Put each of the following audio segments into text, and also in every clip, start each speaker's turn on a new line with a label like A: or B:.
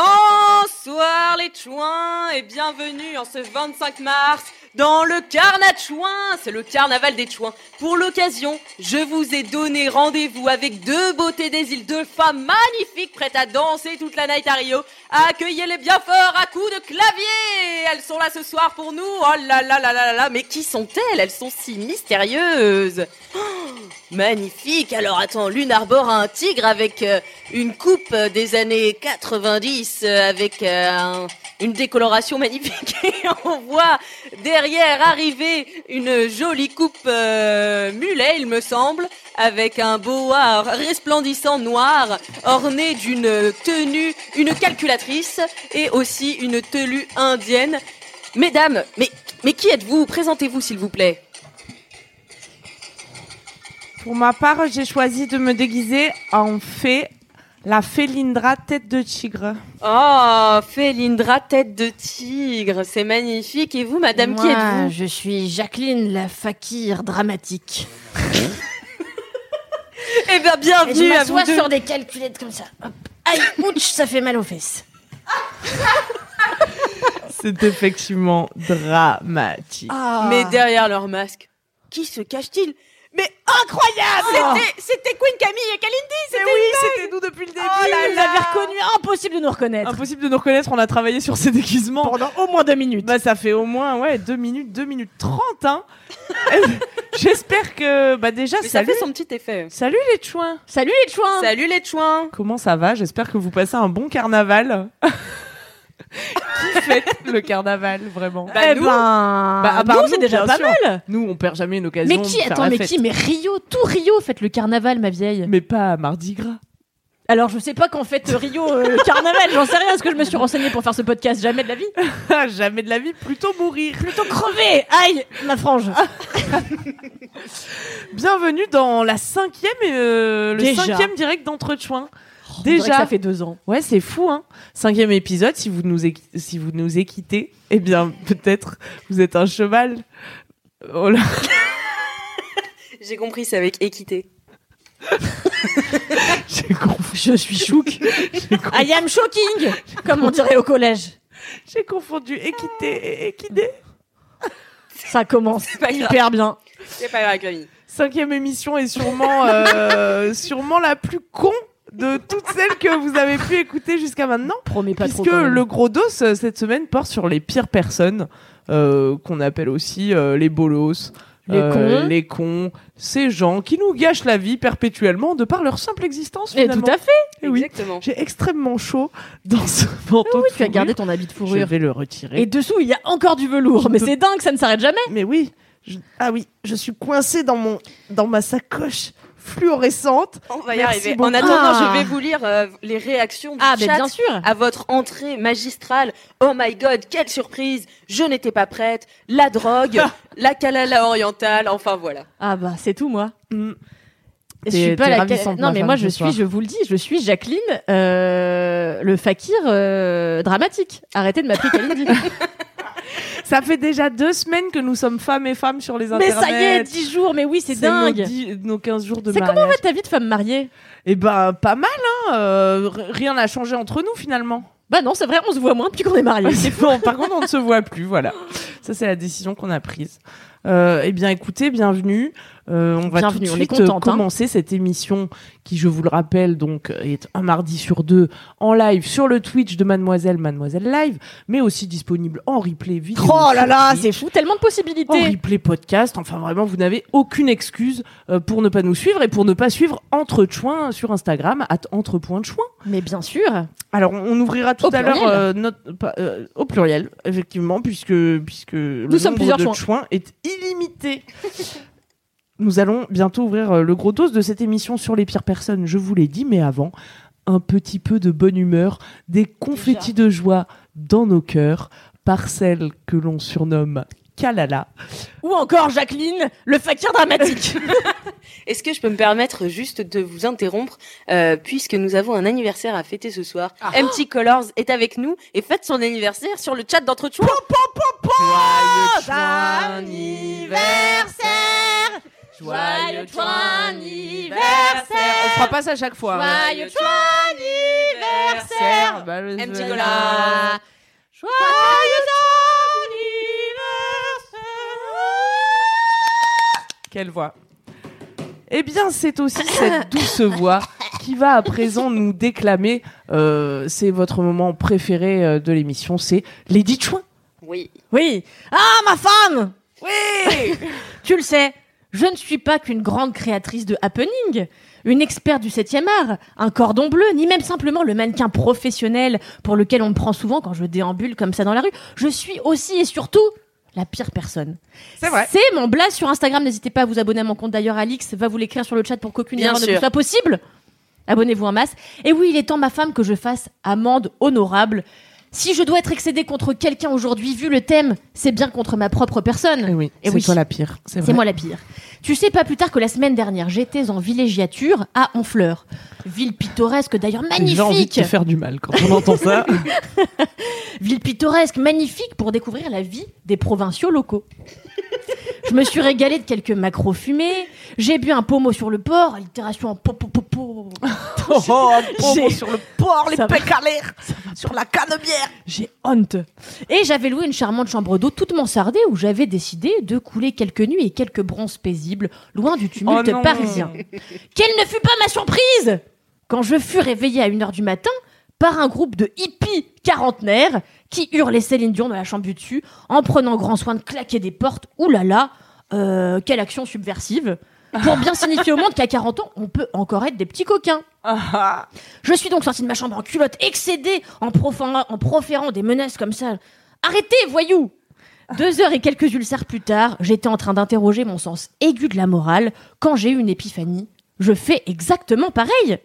A: Bonsoir les chouins et bienvenue en ce 25 mars dans le Carnachouin. C'est le carnaval des chouins. Pour l'occasion, je vous ai donné rendez-vous avec deux beautés des îles, deux femmes magnifiques prêtes à danser toute la night à Rio. Accueillez-les bien fort à coups de clavier. Elles sont là ce soir pour nous. Oh là là là là là là, mais qui sont-elles Elles sont si mystérieuses. Magnifique. Alors attends, l'une arbore un tigre avec euh, une coupe euh, des années 90 euh, avec euh, un- une décoloration magnifique. Et on voit derrière arriver une jolie coupe euh, mulet, il me semble, avec un boa resplendissant noir orné d'une tenue, une calculatrice et aussi une tenue indienne. Mesdames, mais mais qui êtes-vous Présentez-vous s'il vous plaît.
B: Pour ma part, j'ai choisi de me déguiser en fée, la félindra tête de tigre.
A: Oh, Félindra, tête de tigre, c'est magnifique. Et vous, madame, qui
C: Moi,
A: êtes-vous
C: Je suis Jacqueline, la fakir dramatique.
A: Eh bien,
C: Et je
A: bienvenue à vous
C: m'assois
A: deux.
C: sur des calculettes comme ça. Hop. Aïe, ouch, ça fait mal aux fesses.
B: C'est effectivement dramatique.
C: Ah.
A: Mais derrière leur masque, qui se cache-t-il Mais
C: Ah,
B: Ah.
A: incroyable C'était- C'était Queen Camille et Kalindi, c'était une blague.
B: c'était nous depuis le début.
A: Oh là
C: Vous
A: là.
C: avez reconnu, impossible de nous reconnaître.
B: Impossible de nous reconnaître, on a travaillé sur ces déguisements.
C: Pendant au moins deux minutes.
B: Bah ça fait au moins ouais 2 minutes, 2 minutes 30 hein. J'espère que bah déjà
A: Mais ça
B: salut.
A: fait Hein. son petit effet.
B: Salut les chouins.
C: Salut les chouins
A: Salut les chouins
B: Comment ça va J'espère que vous passez un bon carnaval. Qui fête le carnaval vraiment
A: Bah,
C: Eh
A: nous,
C: ben,
B: Bah, à part
C: nous,
B: nous,
C: c'est déjà
B: bien
C: pas
B: sûr.
C: mal.
B: Nous on perd jamais une occasion.
D: Mais qui
B: de faire
D: Attends,
B: la
D: mais
B: fête.
D: qui Mais Rio, tout Rio fête le carnaval, ma vieille.
B: Mais pas à Mardi Gras.
D: Alors, je sais pas qu'en fait euh, Rio euh, carnaval, j'en sais rien, parce que je me suis renseignée pour faire ce podcast, jamais de la vie.
B: Ah, jamais de la vie, plutôt mourir.
D: Plutôt crevé Aïe La frange
B: Bienvenue dans la cinquième, euh, le
D: Déjà.
B: cinquième direct d'Entrechoin.
D: On dirait que
B: Déjà,
D: Ça fait deux ans.
B: ouais, c'est fou, hein. Cinquième épisode, si vous nous, é- si vous nous équitez, eh bien, peut-être vous êtes un cheval. Oh là.
A: J'ai compris, c'est avec équité.
B: J'ai confondu. Je suis chouque. J'ai con-
D: I am shocking Comme on dirait au collège.
B: j'ai confondu équité et équidé.
D: Ça commence
A: pas grave.
D: hyper bien.
A: C'est pas grave, Camille.
B: Cinquième émission est sûrement, euh, sûrement la plus con de toutes celles que vous avez pu écouter jusqu'à maintenant.
D: Promets pas trop.
B: Puisque
D: quand même.
B: le gros dos euh, cette semaine porte sur les pires personnes, euh, qu'on appelle aussi euh, les bolos, euh,
D: Les cons.
B: les cons, ces gens qui nous gâchent la vie perpétuellement de par leur simple existence.
D: Et
B: Finalement.
D: tout à fait
B: Eh oui.
A: Exactement.
B: J'ai extrêmement chaud dans ce manteau.
D: Oui,
B: de
D: tu as gardé
B: fourrure.
D: ton habit de
B: Je
D: fourrure.
B: vais le retirer.
D: Et dessous, il y a encore du velours. Mais c'est dingue, ça ne s'arrête jamais.
B: Mais oui, je- ah oui, je suis coincée dans mon, dans ma sacoche fluorescente.
A: On va y
B: Merci
A: arriver.
B: beaucoup.
A: En attendant,
D: Ah.
A: je vais vous lire euh, les réactions du
D: Ah, mais
A: chat
D: bien sûr
A: à votre entrée magistrale. Oh my god, quelle surprise Je n'étais pas prête. La drogue, la calala orientale, enfin voilà.
D: Ah bah, c'est tout, moi.
B: Mm.
D: Je
B: T'es-
D: suis pas
B: t'es
D: la
B: ravissante,
D: Non,
B: ma
D: mais
B: femme,
D: moi,
B: ce
D: je
B: soir.
D: suis, je vous le dis, je suis Jacqueline, euh, le fakir euh, dramatique. Arrêtez de m'appeler Kalindi.
B: Ça fait déjà deux semaines que nous sommes femmes et femmes sur les
D: mais
B: internets.
D: ça y est, 10 jours, mais oui, c'est dingue.
B: Nos, dix- nos 15 jours de
D: C'est
B: mariage.
D: comment va ta vie de femme mariée
B: Eh ben, pas mal, hein euh, r- Rien n'a changé entre nous, finalement.
D: Bah non, c'est vrai, on se voit moins depuis qu'on est mariés.
B: C'est bon, par contre, on ne se voit plus, voilà. Ça, c'est la décision qu'on a prise. Euh, eh bien, écoutez, bienvenue. Euh, on va
D: Bienvenue,
B: tout
D: on est
B: de suite euh,
D: contente, hein.
B: commencer cette émission qui, je vous le rappelle, donc est un mardi sur deux en live sur le Twitch de Mademoiselle Mademoiselle Live, mais aussi disponible en replay vidéo.
D: Oh là
B: sur
D: là,
B: Twitch.
D: c'est fou, tellement de
B: en
D: possibilités.
B: replay podcast. Enfin, vraiment, vous n'avez aucune excuse euh, pour ne pas nous suivre et pour ne pas suivre Entre Chouin sur Instagram, at Entre Point de Chouin.
D: Mais bien sûr.
B: Alors, on on ouvrira tout
D: Au
B: à l'heure
D: pluriel.
B: euh, notre- pas, euh, au pluriel, effectivement, puisque, puisque le
D: sommes
B: nombre
D: plusieurs
B: de
D: chouins.
B: chouins est illimité. Nous allons bientôt ouvrir euh, le gros dos de cette émission sur les pires personnes, je vous l'ai dit, mais avant, un petit peu de bonne humeur, des confettis de joie dans nos cœurs par celle que l'on surnomme Kalala.
D: Ou encore Jacqueline, le fakir dramatique.
A: Est-ce que je peux me permettre juste de vous interrompre euh, puisque nous avons un anniversaire à fêter ce soir.
D: Ah
A: MT Colors est avec nous et fête son anniversaire sur le chat d'entre Pom
C: Anniversaire
A: Joyeux
C: Joyeux anniversaire
A: anniversaire
E: On fera pas ça à chaque fois. hein.
C: Joyeux anniversaire
E: Bah, le-
A: MJ
E: le-
A: Gola.
B: Quelle voix Eh bien, c'est aussi cette douce voix qui va à présent nous déclamer. euh, c'est votre moment préféré euh, de l'émission, c'est Lady Chouin.
A: Oui.
D: oui. Ah, ma femme Oui Tu le sais, je ne suis pas qu'une grande créatrice de happening, une experte du 7 art, un cordon bleu, ni même simplement le mannequin professionnel pour lequel on me prend souvent quand je déambule comme ça dans la rue. Je suis aussi et surtout la pire personne.
E: C'est vrai.
D: C'est mon blast sur Instagram. N'hésitez pas à vous abonner à mon compte. D'ailleurs, Alix va vous l'écrire sur le chat pour qu'aucune
A: Bien
D: erreur ne
A: sûr.
D: vous soit possible. Abonnez-vous en masse. Et oui, il est temps, ma femme, que je fasse amende honorable. Si je dois être excédée contre quelqu'un aujourd'hui, vu le thème, c'est bien contre ma propre personne.
B: Eh oui,
D: Eh
B: c'est
D: oui.
B: toi la pire. C'est
D: C'est
B: vrai.
D: moi la pire. Tu sais, pas plus tard que la semaine dernière, j'étais en villégiature à Honfleur. Ville pittoresque, d'ailleurs
B: J'ai envie de
D: magnifique.
B: te faire du mal quand on entend ça.
D: Ville pittoresque, magnifique pour découvrir la vie des provinciaux locaux. Je me suis régalée de quelques macros fumés. J'ai bu un pommeau sur le port, allitération en po po po po.
B: Oh, oh,
D: J'ai-
B: oh, sur le port, les
D: Ça va.
B: pecs à l'air, sur la canebière.
D: J'ai honte. Et j'avais loué une charmante chambre d'eau toute mansardée où j'avais décidé de couler quelques nuits et quelques bronzes paisibles loin du tumulte
B: Oh non.
D: parisien. Quelle ne fut pas ma surprise quand je fus réveillée à 1h du matin par un groupe de hippies quarantenaires qui hurlaient Céline Dion dans la chambre du dessus en prenant grand soin de claquer des portes. Ouh là là, euh, quelle action subversive pour bien signifier au monde qu'à 40 ans, on peut encore être des petits coquins. Ah, Je suis donc sortie de ma chambre en culotte, excédée, en, proférant- en proférant des menaces comme ça. Arrêtez, voyou Deux heures et quelques ulcères plus tard, j'étais en train d'interroger mon sens aigu de la morale quand j'ai eu une épiphanie. Je fais exactement pareil.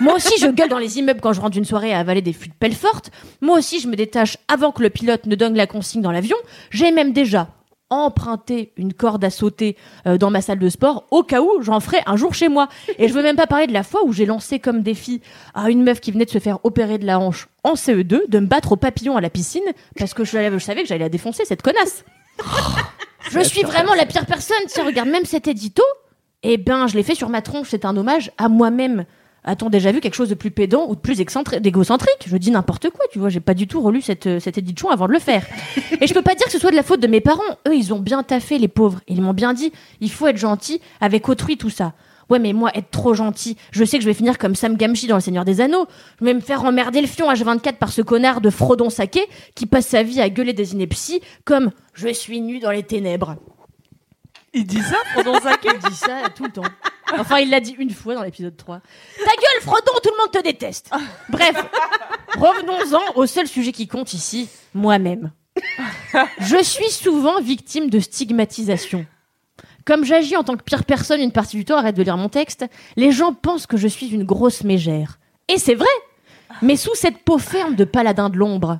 D: Moi aussi, je gueule dans les immeubles quand je rentre d'une soirée à avaler des fûts de pelle forte. Moi aussi, je me détache avant que le pilote ne donne la consigne dans l'avion. J'ai même déjà emprunté une corde à sauter euh, dans ma salle de sport au cas où j'en ferai un jour chez moi. Et je veux même pas parler de la fois où j'ai lancé comme défi à une meuf qui venait de se faire opérer de la hanche en CE2 de me battre au papillon à la piscine parce que je, je savais que j'allais la défoncer, cette connasse. je suis vraiment la pire personne. Si regarde même cet édito, eh ben, je l'ai fait sur ma tronche. C'est un hommage à moi-même. A-t-on déjà vu quelque chose de plus pédant ou de plus excentré- d'égocentrique Je dis n'importe quoi, tu vois, j'ai pas du tout relu cette, euh, cette édition avant de le faire. Et je peux pas dire que ce soit de la faute de mes parents. Eux, ils ont bien taffé, les pauvres. Ils m'ont bien dit, il faut être gentil avec autrui, tout ça. Ouais, mais moi, être trop gentil, je sais que je vais finir comme Sam Gamgee dans Le Seigneur des Anneaux. Je vais me faire emmerder le fion H24 par ce connard de Frodon Saké qui passe sa vie à gueuler des inepties comme « Je suis nu dans les ténèbres ».
B: Il dit ça pendant sa
D: Il dit ça tout le temps. Enfin, il l'a dit une fois dans l'épisode 3. Ta gueule, Frodon, tout le monde te déteste. Bref, revenons-en au seul sujet qui compte ici, moi-même. Je suis souvent victime de stigmatisation. Comme j'agis en tant que pire personne une partie du temps, arrête de lire mon texte, les gens pensent que je suis une grosse mégère. Et c'est vrai Mais sous cette peau ferme de paladin de l'ombre,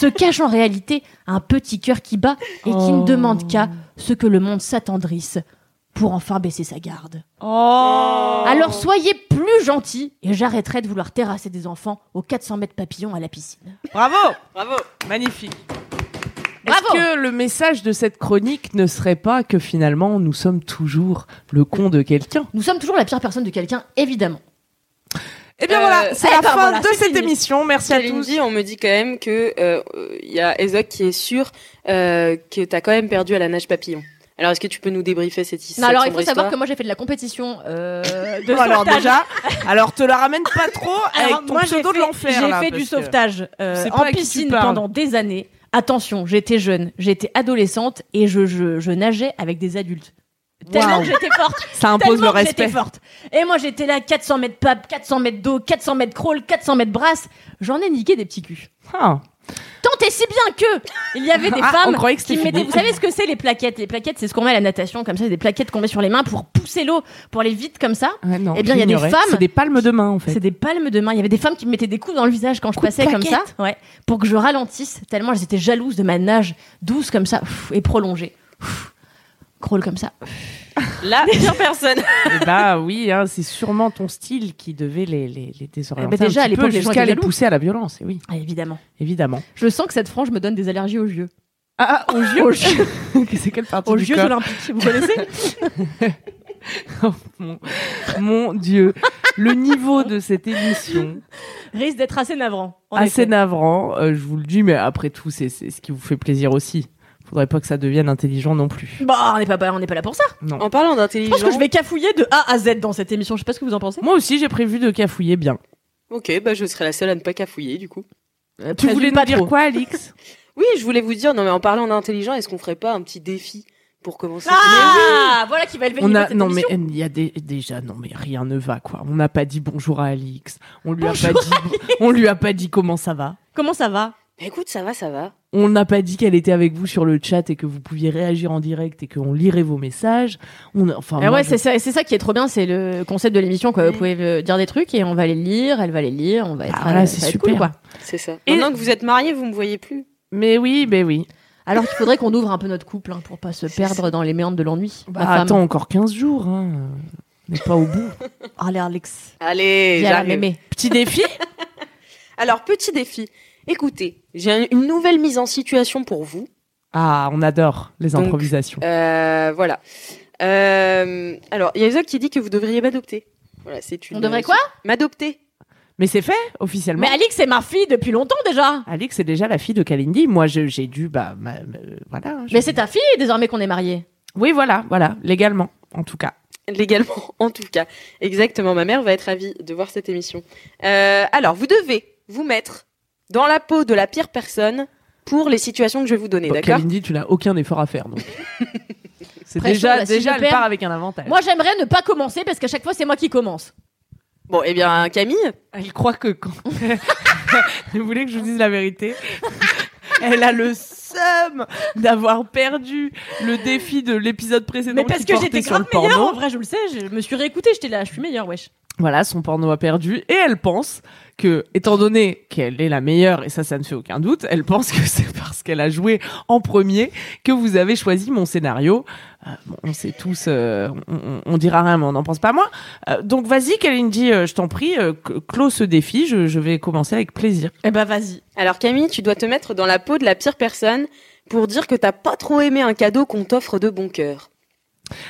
D: se cache en réalité un petit cœur qui bat et qui ne demande qu'à ce que le monde s'attendrisse pour enfin baisser sa garde.
B: Oh.
D: Alors soyez plus gentils et j'arrêterai de vouloir terrasser des enfants aux 400 mètres papillons à la piscine.
B: Bravo,
A: Bravo.
B: magnifique.
D: Bravo.
B: Est-ce que le message de cette chronique ne serait pas que finalement nous sommes toujours le con de quelqu'un
D: Nous sommes toujours la pire personne de quelqu'un, évidemment.
B: Eh bien
A: Euh,
B: voilà, c'est
D: eh
B: la
D: ben
B: fin
D: voilà,
B: de
D: c'est
B: cette
D: fini.
B: émission. Merci à
A: Céline
B: tous.
A: dit, on me dit quand même que euh, euh, il y a Ezoc qui est sûr euh, que t'as quand même perdu à la nage papillon. Alors est-ce que tu peux nous débriefer cette histoire
D: Non, alors il faut savoir que moi j'ai fait de la compétition euh, de
B: Oh, alors
D: sauvetage.
B: déjà, alors te la ramène pas trop
D: Alors,
B: avec ton
D: moi, j'ai
B: pseudo de
D: fait-
B: l'enfer.
D: J'ai
B: là,
D: fait
B: parce que-
D: du sauvetage euh,
B: Je sais pas à
D: en
B: qui tu
D: piscine
B: parles.
D: pendant des années. Attention, j'étais jeune, j'étais adolescente et je, je, je nageais avec des adultes. Tellement
B: Waouh.
D: que j'étais forte.
B: Ça impose le
D: Tellement que j'étais
B: respect.
D: forte. Et moi, j'étais là, 400 mètres pape, 400 mètres d'eau, 400 mètres crawl, 400 mètres brasse. J'en ai niqué des petits culs.
B: Ah.
D: Tant chantait si bien que il y avait des
E: Ah, on
D: femmes
E: croyait que
D: qui
E: c'était
D: mettaient.
E: fini.
D: Vous savez ce que c'est les plaquettes Les plaquettes, c'est ce qu'on met à la natation, comme ça, c'est des plaquettes qu'on met sur les mains pour pousser l'eau, pour aller vite comme ça.
B: Ah, non,
D: Eh bien, il y a des
B: j'ignorais.
D: femmes-
B: C'est des palmes de main, en fait.
D: C'est des palmes de main. Il y avait des femmes qui me mettaient des coups dans le visage quand je passais comme ça, ouais, pour que je ralentisse tellement j'étais jalouse de ma nage douce comme ça pff, et prolongée. Pff, Crawl comme ça.
A: La pire personne.
B: Eh bah oui, hein, c'est sûrement ton style qui devait les, les, les désorienter
D: Eh ben, déjà,
B: un
D: à
B: petit
D: l'époque,
B: peu
D: les gens
B: jusqu'à
D: étaient
B: les
D: jaloux.
B: pousser à la violence. Et oui,
D: Ah, évidemment.
B: évidemment.
D: Je sens que cette frange me donne des allergies aux yeux.
B: Ah, aux yeux, aux yeux. c'est quelle partie
D: Aux
B: du
D: yeux
B: corps
D: olympiques, vous connaissez
B: mon, mon Dieu, le niveau de cette émission,
D: Risque d'être assez navrant. en
B: assez
D: effet.
B: navrant, euh, je vous le dis, mais après tout, c'est c'est ce qui vous fait plaisir aussi. Faudrait pas que ça devienne intelligent non plus.
D: Bah, on n'est pas, on n'est pas là pour ça.
A: En parlant
D: Je pense
A: d'intelligence.
D: que je vais cafouiller de A à Z dans cette émission. Je sais pas ce que vous en pensez.
B: Moi aussi, j'ai prévu de cafouiller bien.
A: Ok, bah je serai la seule à ne pas cafouiller du coup.
B: Tu
D: Présume
B: voulais
D: pas
B: nous dire
D: trop.
B: quoi, Alix
A: Oui, je voulais vous dire, non mais en parlant d'intelligence, est-ce qu'on ferait pas un petit défi pour commencer
D: Ah, voilà qui va élever le
B: On
D: niveau
B: a
D: de cette
B: non mais
D: émission.
B: il y a des, déjà non mais rien ne va quoi. On n'a pas dit bonjour à Alix. On lui a
D: Bonjour
B: pas dit on lui a pas dit comment ça va.
D: Comment ça va
A: Bah, écoute, ça va, ça va.
B: On n'a pas dit qu'elle était avec vous sur le chat et que vous pouviez réagir en direct et qu'on lirait vos messages. On a- enfin
D: Ah
B: moi,
D: ouais,
B: je-
D: c'est ça, c'est ça qui est trop bien, c'est le concept de l'émission. Quoi. Vous
A: Mm.
D: pouvez euh, dire des trucs et on va les lire, elle va les lire, on va être,
B: Ah, voilà,
D: euh,
B: c'est
D: ça va être
B: super.
D: cool, quoi.
A: C'est ça.
B: Et-
A: Maintenant que vous êtes mariés, vous me voyez plus.
B: Mais oui, mais oui.
D: Alors qu'il faudrait qu'on ouvre un peu notre couple hein, pour pas se perdre dans les méandres de l'ennui.
B: Bah,
D: Ma femme.
B: attends encore 15 jours hein. On n'est pas au bout.
D: Allez, Alex.
A: Allez,
D: Viens la
A: j'arrive.
D: mémé.
B: Petit défi
A: Alors, petit défi. Écoutez, j'ai un- une nouvelle mise en situation pour vous.
B: Ah, on adore les
A: Donc,
B: improvisations.
A: Euh, voilà. Euh, alors, il y a Isaac qui dit que vous devriez m'adopter. Voilà, c'est une.
D: On devrait quoi
A: M'adopter.
B: Mais c'est fait officiellement.
D: Mais Alix, c'est ma fille depuis longtemps déjà.
B: Alix est déjà la fille de Kalindi. Moi, je- j'ai dû bah ma- euh, voilà. hein, je-
D: Mais c'est ta fille désormais qu'on est mariés.
B: Oui, voilà, voilà, légalement en tout cas.
A: Légalement, en tout cas. Exactement. Ma mère va être ravie de voir cette émission. Euh, alors, vous devez vous mettre dans la peau de la pire personne pour les situations que je vais vous donner,
B: Bon,
A: d'accord
B: Kalindi, tu n'as aucun effort à faire. Donc. c'est
D: Pression,
B: déjà,
D: là, si
B: déjà
D: je
B: elle
D: perds-
B: part avec un avantage.
D: Moi, j'aimerais ne pas commencer parce qu'à chaque fois, c'est moi qui commence.
A: Bon, eh bien, Camille,
B: elle croit que quand. vous voulez que je vous dise la vérité Elle a le seum d'avoir perdu le défi de l'épisode précédent.
D: Mais parce
B: qui
D: que
B: portait
D: j'étais
B: sur
D: grave
B: le porno.
D: meilleure, en vrai, je le sais, je me suis réécoutée, j'étais là, je suis meilleure, wesh.
B: Voilà, son porno a perdu et elle pense que, étant donné qu'elle est la meilleure, et ça, ça ne fait aucun doute, elle pense que c'est parce qu'elle a joué en premier que vous avez choisi mon scénario. Euh, bon, on sait tous, euh, on, on- on dira rien, mais on n'en pense pas moins. Euh, donc vas-y, Kalindi, euh, je t'en prie, euh, cl- close ce défi, je, je vais commencer avec plaisir.
D: Eh ben, vas-y.
A: Alors Camille, tu dois te mettre dans la peau de la pire personne pour dire que t'as pas trop aimé un cadeau qu'on t'offre de bon cœur.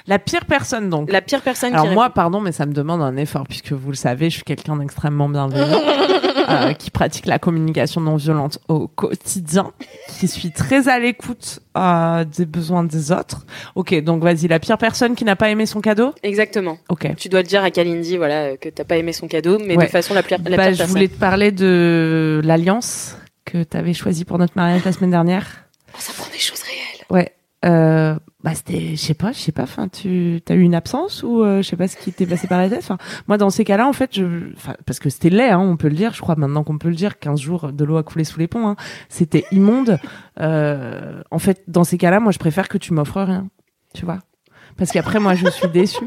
B: La pire personne, donc.
A: La pire personne
B: Alors
A: qui
B: moi,
A: répond.
B: pardon, mais ça me demande un effort puisque vous le savez, je suis quelqu'un d'extrêmement bienveillant, euh, qui pratique la communication non violente au quotidien, qui suis très à l'écoute euh, des besoins des autres. Ok, donc vas-y, la pire personne qui n'a pas aimé son cadeau.
A: Exactement.
B: Ok.
A: Tu dois le dire à Kalindi, voilà, euh, que t'as pas aimé son cadeau, mais
B: Ouais.
A: de façon la, pire- la
B: Bah,
A: pire
B: je
A: personne.
B: voulais te parler de l'alliance que tu avais choisie pour notre mariage la semaine dernière.
A: Oh, ça prend des choses réelles.
B: Ouais. Euh, bah c'était, je sais pas, je sais pas. Enfin, tu as eu une absence ou euh, je sais pas ce qui t'est passé par la tête. Enfin, moi dans ces cas-là, en fait, je, enfin, parce que c'était laid, hein, on peut le dire. Je crois maintenant qu'on peut le dire. 15 jours de l'eau a coulé sous les ponts. Hein. C'était immonde. Euh, en fait, dans ces cas-là, moi, je préfère que tu m'offres rien. Tu vois Parce qu'après, moi, je suis déçue.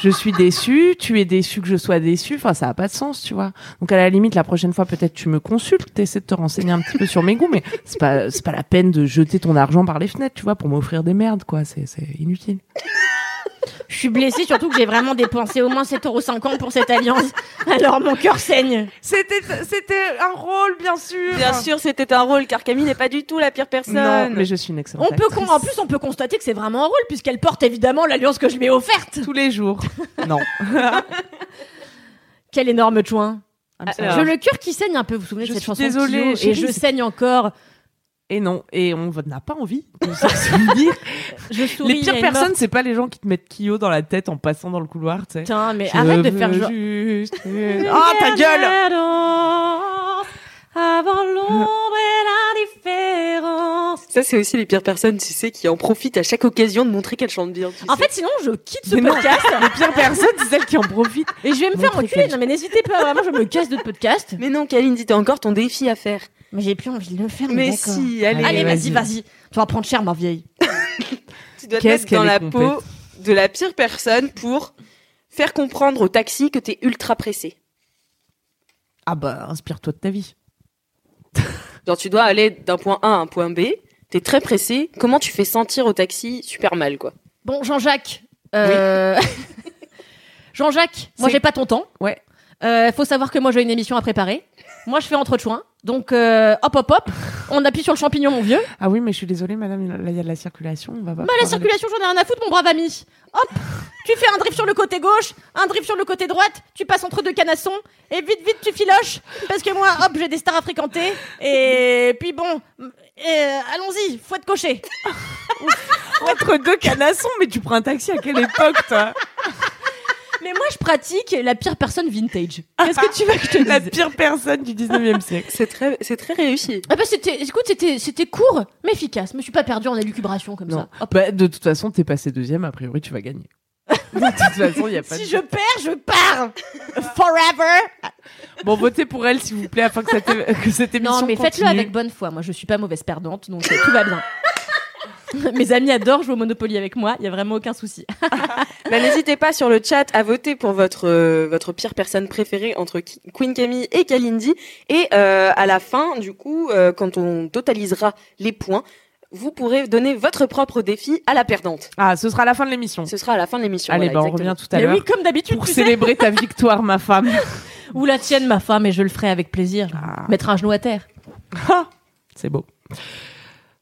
B: Je suis déçue, tu es déçu que je sois déçue. Enfin, ça a pas de sens, tu vois. Donc, à la limite, la prochaine fois, peut-être tu me consultes, t'essaies de te renseigner un petit peu sur mes goûts, mais c'est pas, c'est pas la peine de jeter ton argent par les fenêtres, tu vois, pour m'offrir des merdes, quoi. C'est, c'est inutile.
D: Je suis blessée, surtout que j'ai vraiment dépensé au moins 7,50€ pour cette alliance. Alors mon cœur saigne.
B: C'était, c'était un rôle, bien sûr.
A: Bien sûr, c'était un rôle, car Camille n'est pas du tout la pire personne.
B: Non, mais je suis une excellente
D: On peut con-
B: actrice.
D: en plus, on peut constater que c'est vraiment un rôle, puisqu'elle porte évidemment l'alliance que je lui ai offerte.
B: tous les jours. non.
D: Quel énorme chouin.
B: I'm sorry.
A: Alors.
D: J'ai le cœur qui saigne un peu, vous vous souvenez
B: Je
D: de cette
B: suis
D: chanson
B: désolée,
D: Kyo Et
B: chérie,
D: je
B: c'est-
D: saigne encore.
B: Et non, et on n'a pas envie de se souvenir.
D: Je souris.
B: Les
D: à
B: pires
D: une
B: personnes,
D: meuf.
B: c'est pas les gens qui te mettent Kyo dans la tête en passant dans le couloir, tu sais.
D: Putain, mais
B: Je
D: arrête de
B: veux
D: faire genre. Oh,
B: juste une- Ah, ta gueule
D: Avant l'ombre et la différence.
A: Ça, c'est aussi les pires personnes, tu sais, qui en profitent à chaque occasion de montrer qu'elles chantent bien. tu
D: En
A: sais.
D: fait, sinon, je quitte ce
B: Mais non.
D: podcast
B: Les pires personnes, c'est celles qui en profitent.
D: et je vais me faire
B: Montrez
D: enculer.
B: qu'elle-
D: Non, mais n'hésitez pas, vraiment, je me casse de ce podcast.
A: Mais non, Kalindi, t'as encore ton défi à faire.
D: Mais j'ai plus envie de le faire.
A: Mais
D: d'accord.
A: si, Ah, allez,
D: Allez,
B: vas-y.
D: vas-y, vas-y. Tu vas prendre cher, ma vieille.
A: tu dois te
B: Qu'est-ce
A: mettre dans la
B: qu'elle est
A: peau de la pire personne pour faire comprendre au taxi que t'es ultra pressé.
B: Ah bah, inspire-toi de ta vie.
A: Genre, tu dois aller d'un point A à un point B, t'es très pressé, comment tu fais sentir au taxi super mal, quoi
D: Bon, Jean-Jacques. euh, Jean-Jacques, moi
E: C'est-
D: j'ai pas ton temps.
E: Ouais.
D: Euh, faut savoir que moi j'ai une émission à préparer. Moi je fais entre chouins. Donc euh, hop hop hop, on appuie sur le champignon mon vieux.
B: Ah oui, mais je suis désolée, madame, là, il y a de la circulation. On va pas
D: Bah la
B: pouvoir aller-
D: circulation j'en ai rien à foutre mon brave ami. Hop, tu fais un drift sur le côté gauche, un drift sur le côté droite, tu passes entre deux canassons et vite vite tu filoches parce que moi hop j'ai des stars à fréquenter et puis bon euh, allons-y faut être coché.
B: Entre deux canassons, mais tu prends un taxi à quelle époque, toi
D: Mais moi je pratique la pire personne vintage. Qu'est-ce que tu veux que je te dise
B: La pire personne du 19e siècle.
A: C'est très, c'est très réussi.
D: Ah bah c'était, écoute, c'était, c'était court, mais efficace. Je me suis pas perdue en élucubration comme
B: Non.
D: ça. Hop.
B: Bah, de toute façon, t'es passé deuxième, a priori, tu vas gagner. de toute façon, il n'y a pas
D: Si
B: de...
D: je perds, je pars forever.
B: Bon, votez pour elle, s'il vous plaît, afin que cette, que cette émission
D: Non, mais faites-le
B: continue.
D: avec bonne foi. Moi, je suis pas mauvaise perdante, donc euh, tout va bien. Mes amis adorent jouer au Monopoly avec moi. Il y a vraiment aucun souci.
A: Bah, N'hésitez pas sur le chat à voter pour votre, euh, votre pire personne préférée entre Ki- Queen Camille et Kalindi. Et euh, à la fin, du coup, euh, quand on totalisera les points, vous pourrez donner votre propre défi à la perdante.
B: Ah, ce sera la fin de l'émission.
A: Ce sera à la fin de l'émission.
B: Allez,
A: voilà,
B: bah, on
A: exactement.
B: revient tout à l'heure.
D: oui, comme d'habitude,
B: Pour
D: tu sais.
B: célébrer ta victoire, ma femme.
D: Ou la tienne, ma femme, et je le ferai avec plaisir. Je vais
B: Ah.
D: Mettre un genou à terre.
B: Ah, C'est beau.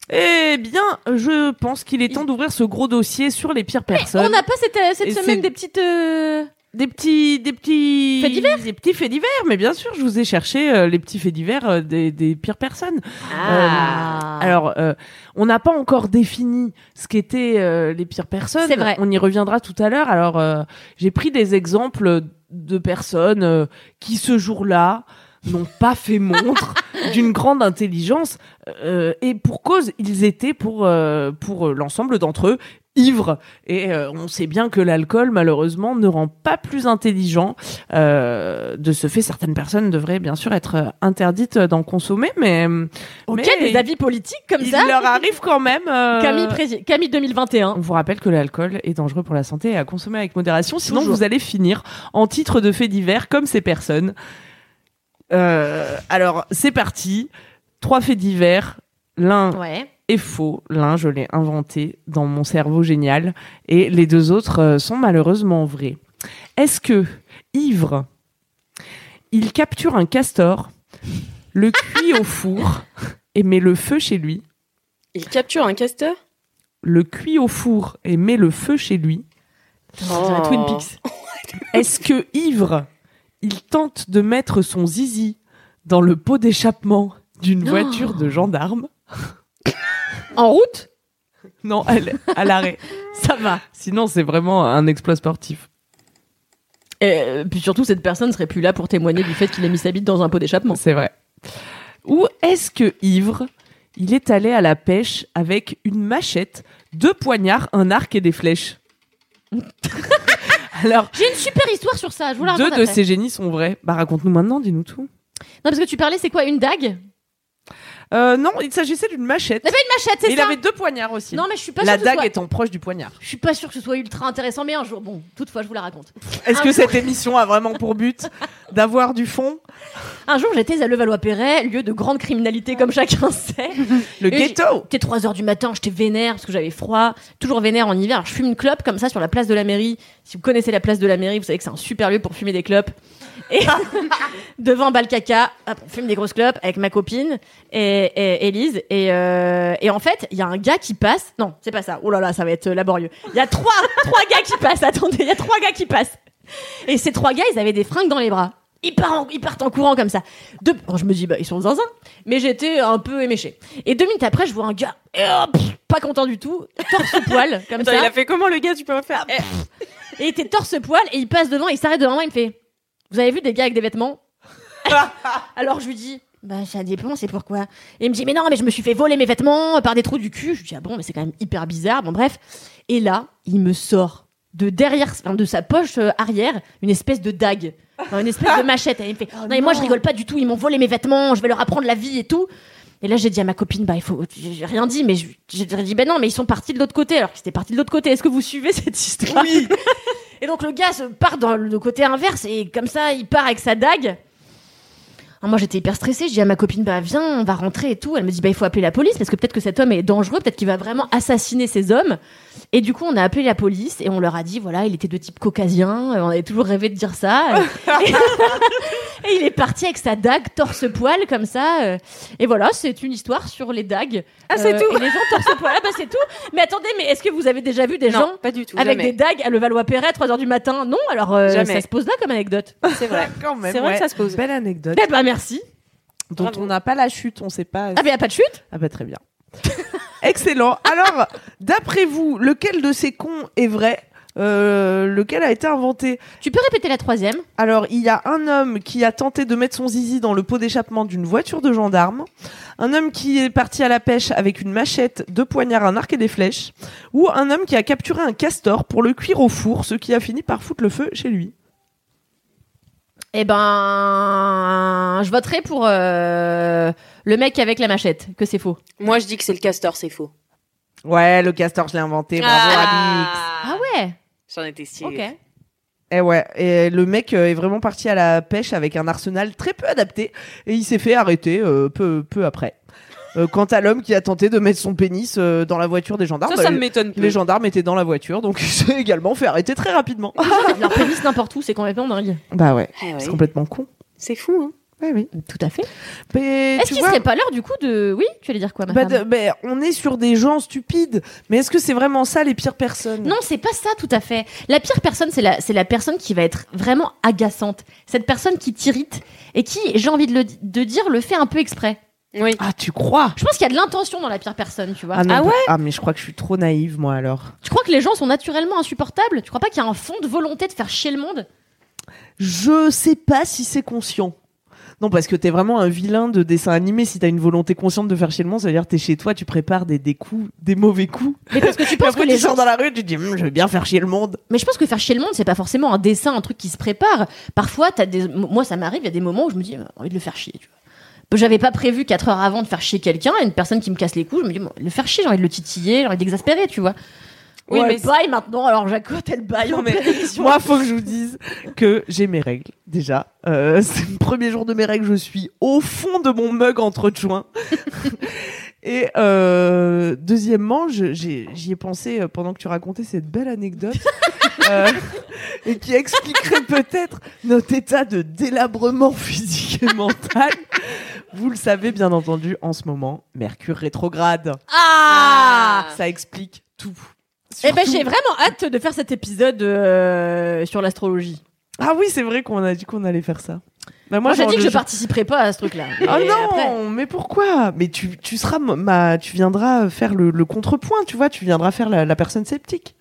B: Eh bien, je pense qu'il est temps d'ouvrir ce gros dossier sur les pires personnes.
D: On n'a pas cette, euh, cette
B: Et
D: semaine
B: c'est-
D: des petites. euh,
B: Des petits, des petits
D: Faits divers
B: des petits faits divers. Mais bien sûr, je vous ai cherché euh, les petits faits divers euh, des, des pires personnes.
D: Ah.
B: Euh, alors, euh, on n'a pas encore défini ce qu'étaient euh, les pires personnes.
D: C'est vrai.
B: On y reviendra tout à l'heure. Alors, euh, j'ai pris des exemples de personnes euh, qui, ce jour-là, n'ont pas fait montre d'une grande intelligence euh, et pour cause, ils étaient pour euh, pour l'ensemble d'entre eux ivres et euh, on sait bien que l'alcool malheureusement ne rend pas plus intelligent. Euh, de ce fait, certaines personnes devraient bien sûr être euh, interdites d'en consommer, mais
D: Ok,
B: mais-
D: des avis politiques comme
B: il
D: ça.
B: leur arrive quand même. euh,
D: Camille, prési- Camille 2021.
B: On vous rappelle que l'alcool est dangereux pour la santé et à consommer avec modération, sinon vous allez finir en titre de fait divers comme ces personnes. Euh, alors, c'est parti. Trois faits divers. L'un
D: Ouais.
B: est faux, l'un je l'ai inventé dans mon cerveau génial, et les deux autres euh, sont malheureusement vrais. Est-ce que, ivre, il capture un castor, le cuit au four et met le feu chez lui
A: Il capture un castor
B: le cuit au four et met le feu chez lui,
A: Oh.
B: Twin Peaks. Est-ce que ivre, il tente de mettre son zizi dans le pot d'échappement d'une
D: Non.
B: voiture de gendarme
D: En route
B: Non, elle, à l'arrêt.
D: Ça va.
B: Sinon, c'est vraiment un exploit sportif.
D: Et euh, puis surtout, cette personne serait plus là pour témoigner du fait qu'il a mis sa bite dans un pot d'échappement.
B: C'est vrai. Ou est-ce que ivre, il est allé à la pêche avec une machette, deux poignards, un arc et des flèches Alors,
D: J'ai une super histoire sur ça, je vous la
B: deux
D: raconte
B: de
D: après.
B: ces génies sont vrais. Bah, raconte-nous maintenant, dis-nous tout.
D: Non, parce que tu parlais, c'est quoi, une dague
B: Euh, non, il s'agissait d'une machette.
D: Il avait une machette,
B: Et
D: c'est
B: il
D: ça
B: avait deux poignards aussi.
D: Non, mais je suis pas
B: la
D: sûre que ce
B: dague
D: soit-
B: étant proche du poignard.
D: Je suis pas sûre que ce soit ultra intéressant, mais un jour, bon, toutefois, je vous la raconte.
B: Est-ce
D: Un
B: que
D: jour-
B: cette émission a vraiment pour but d'avoir du fond
D: Un jour, j'étais à Levallois-Perret, lieu de grande criminalité, comme chacun sait.
B: Le
D: Et
B: ghetto
D: C'était 3 heures du matin, j'étais vénère parce que j'avais froid, toujours vénère en hiver. Alors, je fume une clope comme ça sur la place de la mairie. Si vous connaissez la place de la mairie, vous savez que c'est un super lieu pour fumer des clopes. Et devant Balcaca, hop, on fume des grosses clopes avec ma copine et, et Élise. Et, euh, et en fait, il y a un gars qui passe. Non, c'est pas ça. Oh là là, ça va être laborieux. Il y a trois, trois gars qui passent. Attendez, il y a trois gars qui passent. Et ces trois gars, ils avaient des fringues dans les bras. Ils partent en, ils partent en courant comme ça. Deux, alors, je me dis, bah, ils sont zinzin. Mais j'étais un peu éméchée. Et deux minutes après, je vois un gars, et, oh, pff, pas content du tout, torse poil, comme
A: Attends,
D: ça.
A: il a fait comment le gars Tu peux me faire Eh,
D: Et il était torse poil et il passe devant, il s'arrête devant moi, il me fait Vous avez vu des gars avec des vêtements Alors je lui dis Bah ça dépend, c'est pourquoi. Et il me dit Mais non, mais je me suis fait voler mes vêtements par des trous du cul. Je lui dis Ah bon, mais c'est quand même hyper bizarre. Bon, bref. Et là, il me sort de derrière, enfin, de sa poche euh, arrière, une espèce de dague, Enfin, une espèce de machette. Elle me fait, Oh non mais moi je rigole pas du tout. Ils m'ont volé mes vêtements. Je vais leur apprendre la vie et tout. Et là j'ai dit à ma copine, bah il faut, j'ai rien dit, mais je- j'ai dit bah non, mais ils sont partis de l'autre côté. Alors qu'ils étaient partis de l'autre côté. Est-ce que vous suivez cette histoire Oui. et donc le gars se part dans le côté inverse et comme ça il part avec sa dague. Ah, moi j'étais hyper stressée, je dis à ma copine bah viens, on va rentrer et tout. Elle me dit bah il faut appeler la police parce que peut-être que cet homme est dangereux, peut-être qu'il va vraiment assassiner ces hommes. Et du coup on a appelé la police et on leur a dit voilà il était de type caucasien, euh, on avait toujours rêvé de dire ça. Euh, et il est parti avec sa dague torse poil comme ça. euh, Et voilà c'est une histoire sur les dagues. Euh,
E: Ah, c'est tout.
D: Et les gens torse poil, ah, bah c'est tout. Mais attendez mais est-ce que vous avez déjà vu des gens
A: pas du tout.
D: avec
A: jamais.
D: des dagues à Levallois-Perret 3h du matin Non alors euh,
A: Jamais.
D: ça se pose là comme anecdote.
A: C'est vrai.
B: Quand même,
A: C'est vrai
B: ouais.
A: que ça se pose.
B: Belle anecdote.
D: Eh bah merci.
B: dont
A: Bravo.
B: on n'a pas la chute, on sait pas.
D: Ah mais y a pas de chute
B: Ah bah très bien. Excellent. Alors, d'après vous, lequel de ces cons est vrai Euh, Lequel a été inventé
D: Tu peux répéter la troisième
B: Alors, il y a un homme qui a tenté de mettre son zizi dans le pot d'échappement d'une voiture de gendarme, un homme qui est parti à la pêche avec une machette, deux poignards, un arc et des flèches, ou un homme qui a capturé un castor pour le cuire au four, ce qui a fini par foutre le feu chez lui.
D: Eh ben, je voterai pour euh, le mec avec la machette, que c'est faux.
A: Moi, je dis que c'est le castor, c'est faux.
B: Ouais, le castor, je l'ai inventé. Bravo, Alix.
D: Ah ouais
A: J'en étais stylée.
D: Ok.
B: Et ouais, et le mec euh, est vraiment parti à la pêche avec un arsenal très peu adapté et il s'est fait arrêter euh, peu, peu après. Euh, quant à l'homme qui a tenté de mettre son pénis euh, dans la voiture des gendarmes,
A: Ça, ça
B: bah,
A: me m'étonne plus.
B: les gendarmes étaient dans la voiture donc il s'est également fait arrêter très rapidement.
D: Ah, Leur pénis n'importe où, c'est complètement dingue.
B: bah ouais,
A: Ah ouais.
B: c'est complètement con.
A: C'est fou, hein.
B: Ouais, oui.
D: Tout à fait.
B: Mais
D: Est-ce
B: tu
D: qu'il
B: vois,
D: serait pas l'heure du coup de... Oui, tu allais dire quoi, ma
B: bah,
D: femme
B: de- bah, on est sur des gens stupides, mais est-ce que c'est vraiment ça les pires personnes
D: Non, c'est pas ça tout à fait. La pire personne, c'est la, c'est la personne qui va être vraiment agaçante. Cette personne qui t'irrite et qui, j'ai envie de, le, de dire, le fait un peu exprès.
A: Oui.
B: Ah, tu crois
D: Je pense qu'il y a de l'intention dans la pire personne, tu vois.
B: non,
D: Ah
B: bah-
D: ouais
B: Ah, mais je crois que je suis trop naïve moi alors.
D: Tu crois que les gens sont naturellement insupportables Tu crois pas qu'il y a un fond de volonté de faire chier le monde
B: Je sais pas si c'est conscient. Non, parce que t'es vraiment un vilain de dessin animé. Si t'as une volonté consciente de faire chez le monde, ça veut dire que t'es chez toi, tu prépares des, des coups, des mauvais coups.
D: Mais parce que tu
B: Et
D: penses que
B: après,
D: les
B: tu
D: gens
B: sors dans la rue, tu te dis, Hum, je vais bien faire chier le monde.
D: Mais je pense que faire chier le monde, c'est pas forcément un dessin, un truc qui se prépare. Parfois, t'as des... moi, ça m'arrive, il y a des moments où je me dis, j'ai envie de le faire chier. Tu vois. J'avais pas prévu 4 heures avant de faire chier quelqu'un, et une personne qui me casse les couilles, je me dis, bon, le faire chier, j'ai envie de le titiller, j'ai envie d'exaspérer, tu vois.
A: Oui,
D: Oui,
A: mais
D: mais baille maintenant, alors Jaco, t'es le bail
B: Non,
D: en
B: mais
D: pleine émission.
B: Moi, faut que je vous dise que j'ai mes règles, déjà. Euh, c'est le premier jour de mes règles, je suis au fond de mon mug entre joints. Et euh, deuxièmement, je- j'ai- j'y ai, pensé euh, pendant que tu racontais cette belle anecdote. euh, et qui expliquerait peut-être notre état de délabrement physique et mental. Vous le savez bien entendu, en ce moment, Mercure rétrograde.
D: Ah
B: Ça explique tout.
D: Eh ben,
B: Surtout-
D: j'ai vraiment hâte de faire cet épisode euh, sur l'astrologie.
B: Ah oui, c'est vrai qu'on a dit qu'on allait faire ça. Bah,
D: Moi, j'ai
B: genre,
D: dit que
B: le-
D: je participerais pas à ce truc-là.
B: Oh
D: Mais
B: non,
D: après-
B: mais pourquoi Mais tu, tu seras ma- ma, tu viendras faire le, le contrepoint, tu vois, tu viendras faire la, la personne sceptique.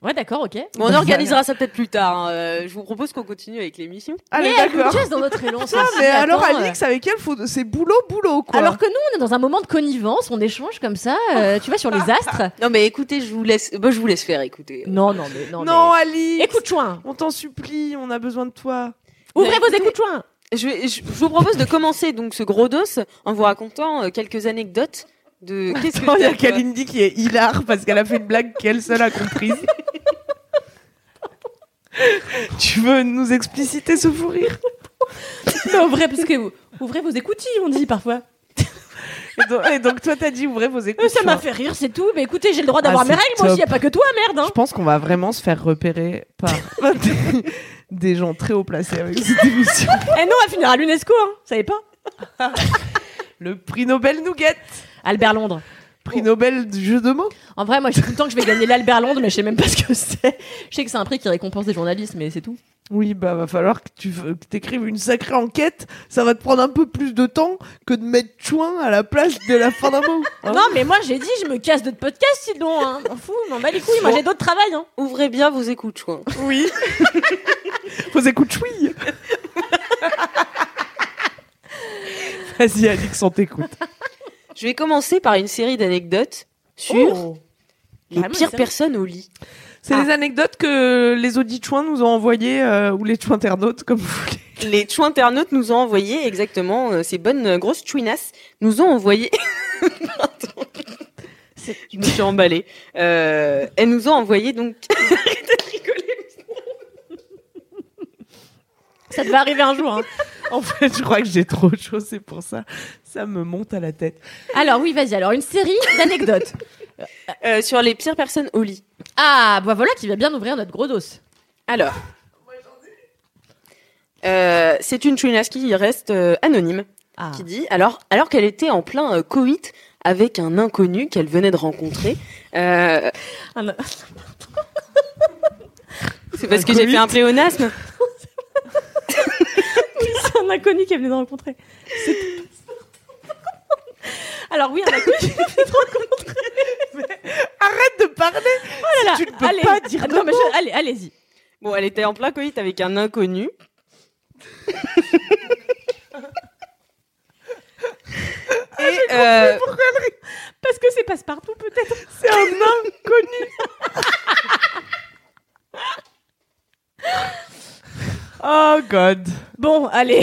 D: Ouais, d'accord, ok.
A: Bon, on organisera ça peut-être plus tard. hein. Euh, je vous propose qu'on continue avec l'émission.
B: Allez,
D: mais elle nous
B: d'accord.
D: jazz dans notre élan.
B: Putain,
D: celle-ci,
B: mais alors
D: attends, euh.
B: Alix, avec elle, faut... c'est boulot, boulot, quoi.
D: Alors que nous, on est dans un moment de connivence, on échange comme ça, euh, tu vois, sur les astres.
A: Non, mais écoutez, je vous laisse. bah, je vous laisse faire. Écoutez.
D: Non, non, mais non.
B: non,
D: mais-
B: Alix,
D: Écoute chouin
B: on t'en supplie, on a besoin de toi.
D: Ouvrez
A: Mais
D: vos
A: écoutez-
D: écoutes chouin
A: Je, vais- je- je vous propose de commencer donc ce gros dos en vous racontant euh, quelques anecdotes de. Qu'est-ce
D: Oh,
B: Attends, Il y a
A: t'as, toi
B: Kalindi qui est hilar parce qu'elle a fait une blague qu'elle seule a comprise. tu veux nous expliciter ce fou rire
D: ouvrez, parce que ouvrez vos écoutilles, on dit parfois.
B: Et donc, et donc, toi, t'as dit ouvrez vos écoutes.
D: Euh, ça
B: tu
D: m'a
B: vois.
D: fait rire, c'est tout. Mais écoutez, j'ai le droit d'avoir
B: Ah,
D: mes
B: c'est
D: règles, moi aussi, y a pas que toi, merde.
B: Je
D: Hein.
B: pense qu'on va vraiment se faire repérer par des, des gens très haut placés avec cette émission.
D: Eh non, on va finir à l'UNESCO, hein. vous savez pas
B: Le prix Nobel Nougat,
D: Albert Londres.
B: prix Nobel du jeu de mots.
D: En vrai, moi, je dis tout le temps que je vais gagner l'Albert Londres, mais je sais même pas ce que c'est. Je sais que c'est un prix qui récompense des journalistes, mais c'est tout.
B: Oui, bah va falloir que tu f- que t'écrives une sacrée enquête. Ça va te prendre un peu plus de temps que de mettre chouin à la place de la fin d'un mot. hein.
D: Non, mais moi, j'ai dit, je me casse d'autres podcasts, sinon, hein. M'en fous, m'en bats les couilles, moi, j'ai d'autres travail, hein.
A: Ouvrez bien vos écoutes, quoi.
B: Oui. Faut écoute chouille. Vas-y, Alix, on t'écoute.
A: Je vais commencer par une série d'anecdotes sur
D: Oh.
A: les
D: Vraiment,
A: pires
D: c'est-
A: personnes au lit.
B: C'est les anecdotes que les auditeurs nous ont envoyées, euh, ou les internautes, comme vous voulez.
A: Les chou internautes nous ont envoyé exactement euh, ces bonnes euh, grosses chouinasses nous ont envoyé. Pardon. Je me suis emballée. Euh, elles nous ont envoyé donc. Arrêtez de rigoler.
D: Ça devait arriver un jour. hein.
B: En fait, je crois que j'ai trop chaud, c'est pour ça. Ça me monte à la tête.
D: Alors oui, vas-y. Alors une série d'anecdotes.
A: Euh, sur les pires personnes au lit.
D: Ah, bah voilà qui va bien ouvrir notre gros dos.
A: Alors. Euh, c'est une chouinasse qui reste euh, anonyme,
D: Ah.
A: qui dit alors alors qu'elle était en plein euh, coït avec un inconnu qu'elle venait de rencontrer. euh, c'est parce
B: Un
A: que j'ai fait
B: coït
A: un pléonasme.
D: C'est un inconnu qui est venu de rencontrer. C'était pas ça. Alors oui, un inconnu qui est venu de rencontrer.
B: Arrête de parler
D: Oh là là,
B: Tu ne peux
D: allez.
B: pas dire
D: Non,
B: de
D: mais
B: mots.
D: je- allez, allez-y.
A: Bon, elle était en plein coït avec un inconnu. Et euh,
D: Parce que c'est passe-partout peut-être.
B: C'est un inconnu Oh god
D: Bon, allez.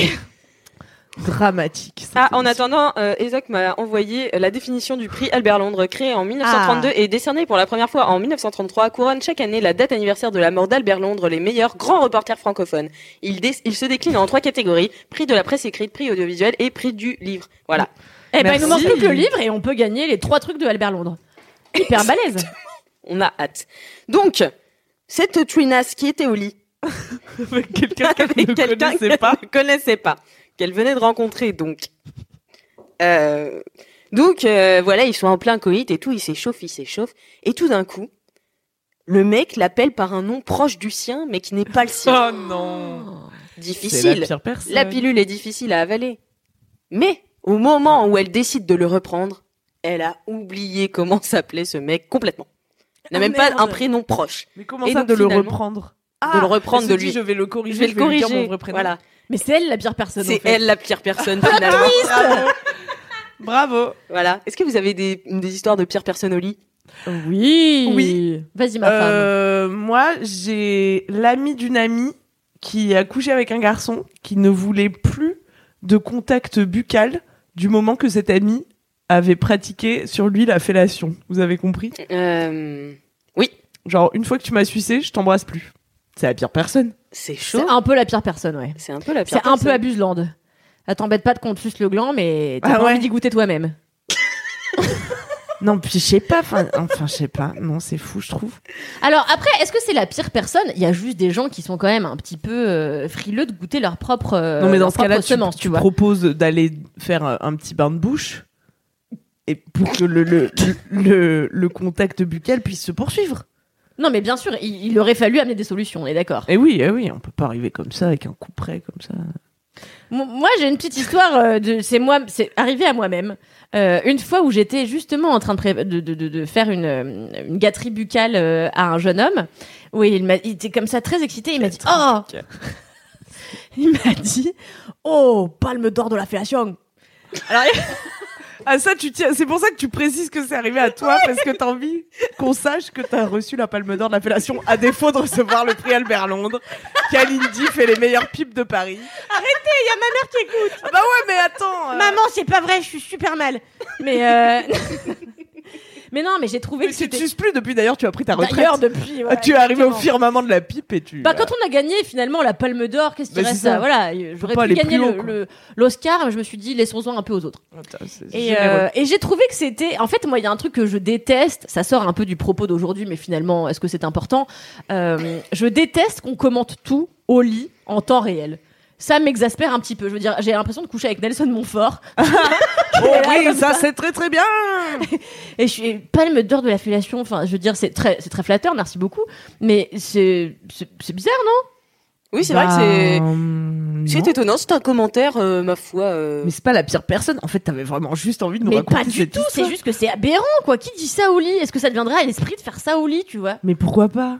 B: Dramatique.
A: ah, en attendant, euh, Ezoc m'a envoyé la définition du prix Albert Londres, créé en 1932 et décerné pour la première fois en 1933, couronne chaque année la date anniversaire de la mort d'Albert Londres, les meilleurs grands reporters francophones. Il, dé- il se décline en trois catégories prix de la presse écrite, prix audiovisuel et prix du livre. Voilà.
D: Eh ben, il nous manque
B: Merci.
D: plus que le livre et on peut gagner les trois trucs de Albert Londres. Hyper balèze.
A: On a hâte. Donc, cette Trinas qui était au lit,
B: Avec quelqu'un qu'elle
A: avec
B: ne
A: quelqu'un
B: connaissait
A: qu'elle
B: pas.
A: ne connaissait pas, qu'elle venait de rencontrer donc. Euh, donc euh, voilà, ils sont en plein coït et tout, ils s'échauffent, ils s'échauffent, et tout d'un coup, le mec l'appelle par un nom proche du sien, mais qui n'est pas le sien.
B: Oh non C'est
A: difficile.
B: la pire personne.
A: La pilule est difficile à avaler. Mais au moment où elle décide de le reprendre, elle a oublié comment s'appelait ce mec complètement. Elle n'a
D: Ah,
A: même pas
D: merde.
A: un prénom proche.
B: Mais comment
A: Et
B: ça
A: donc,
B: de le
A: finalement-
B: reprendre
A: de le reprendre de
B: Elle se dit,
A: lui.
B: Je vais le corriger, je vais,
A: le
B: lui dire
A: corriger.
B: mon vrai prénom.
A: Voilà.
D: Mais c'est elle la pire personne. en
A: C'est
D: fait.
A: elle la pire personne
B: Ah
A: finalement.
B: Bravo. Bravo.
A: voilà. Est-ce que vous avez des, des histoires de pire personne au lit
D: Oui.
B: Oui.
D: Vas-y ma femme.
B: Euh, moi, j'ai l'ami d'une amie qui a couché avec un garçon qui ne voulait plus de contact buccal du moment que cet ami avait pratiqué sur lui la fellation. Vous avez compris
A: Euh,
B: Genre, une fois que tu m'as sucé, je t'embrasse plus. C'est la pire personne.
A: C'est chaud.
D: C'est un peu la pire personne, ouais.
A: C'est un peu la pire
D: C'est un peu
A: personne.
D: Abuseland. Ah, t'embête pas de qu'on te suce le gland, mais t'as
B: Ah
D: pas
B: ouais.
D: envie d'y goûter toi-même.
B: Non, puis je sais pas. fin- Enfin, je sais pas. Non, c'est fou, je trouve.
D: Alors après, est-ce que c'est la pire personne Il y a juste des gens qui sont quand même un petit peu euh, frileux de goûter leur propre euh,
B: non, mais dans
D: leur
B: ce cas-là,
D: propre
B: tu,
D: semence,
B: tu
D: vois.
B: proposes d'aller faire euh, un petit bain de bouche et pour que le, le, le, le- le contact buccal puisse se poursuivre.
D: Non, mais bien sûr, il, il aurait fallu amener des solutions, on est d'accord.
B: Eh oui, eh oui, on peut pas arriver comme ça avec un coup près comme ça.
D: Mo- Moi, j'ai une petite histoire. euh, de, c'est moi, c'est arrivé à moi-même. Euh, une fois où j'étais justement en train de, pré- de, de, de- de faire une, euh, une gâterie buccale euh, à un jeune homme. Oui, il, m'a, il était comme ça très excité. Il m'a dit Oh
B: buccale.
D: Il m'a dit Oh, palme d'or de la fellation
B: Euh. Ah ça, tu tiens. C'est pour ça que tu précises que c'est arrivé à toi parce que t'as envie qu'on sache que t'as reçu la Palme d'Or de l'appellation à défaut de recevoir le prix Albert Londres. Kalindi fait les meilleures pipes de Paris.
D: Il y a ma mère qui écoute
B: Ah bah ouais, mais attends. euh,
D: Maman, c'est pas vrai, je suis super mal. Mais euh... mais non, mais j'ai trouvé
B: mais
D: que
B: tu te
D: c'était
B: suces plus depuis d'ailleurs. Tu as pris ta retraite.
D: d'ailleurs depuis.
B: Ah,
D: voilà,
B: tu es arrivé au
D: exactement.
B: firmament de la pipe et tu.
D: Bah quand on a gagné finalement la Palme d'Or, qu'est-ce qui
B: Bah, c'est
D: reste
B: ça.
D: à- Voilà, euh, j'aurais
B: pas
D: pu
B: aller
D: gagner
B: plus haut,
D: le-
B: quoi.
D: le- l'Oscar, mais je me suis dit laissons-en un peu aux autres.
B: euh, Attends, c'est
D: Et,
B: généreux.
D: euh, et j'ai trouvé que c'était, en fait, moi, il y a un truc que je déteste. Ça sort un peu du propos d'aujourd'hui, mais finalement, est-ce que c'est important Euh, Je déteste qu'on commente tout au lit en temps réel. Ça m'exaspère un petit peu. Je veux dire, j'ai l'impression de coucher avec Nelson Montfort.
B: Oh oui, ça c'est très très bien.
D: Et je suis palme d'or de la fellation. Enfin, je veux dire, c'est très, c'est très flatteur, merci beaucoup. Mais c'est, c'est, c'est bizarre, non
A: Oui, c'est vrai
B: Bah,
A: que
B: que
A: c'est. C'est étonnant, c'est un commentaire, euh, ma foi. euh,
B: Mais c'est pas la pire personne. En fait, t'avais vraiment juste envie de nous
D: Mais
B: raconter
D: pas du
B: cette
D: tout. C'est
B: histoire.
D: juste que c'est aberrant, quoi. Qui dit ça au lit Est-ce que ça deviendra à l'esprit de faire ça au lit, tu vois
B: Mais pourquoi pas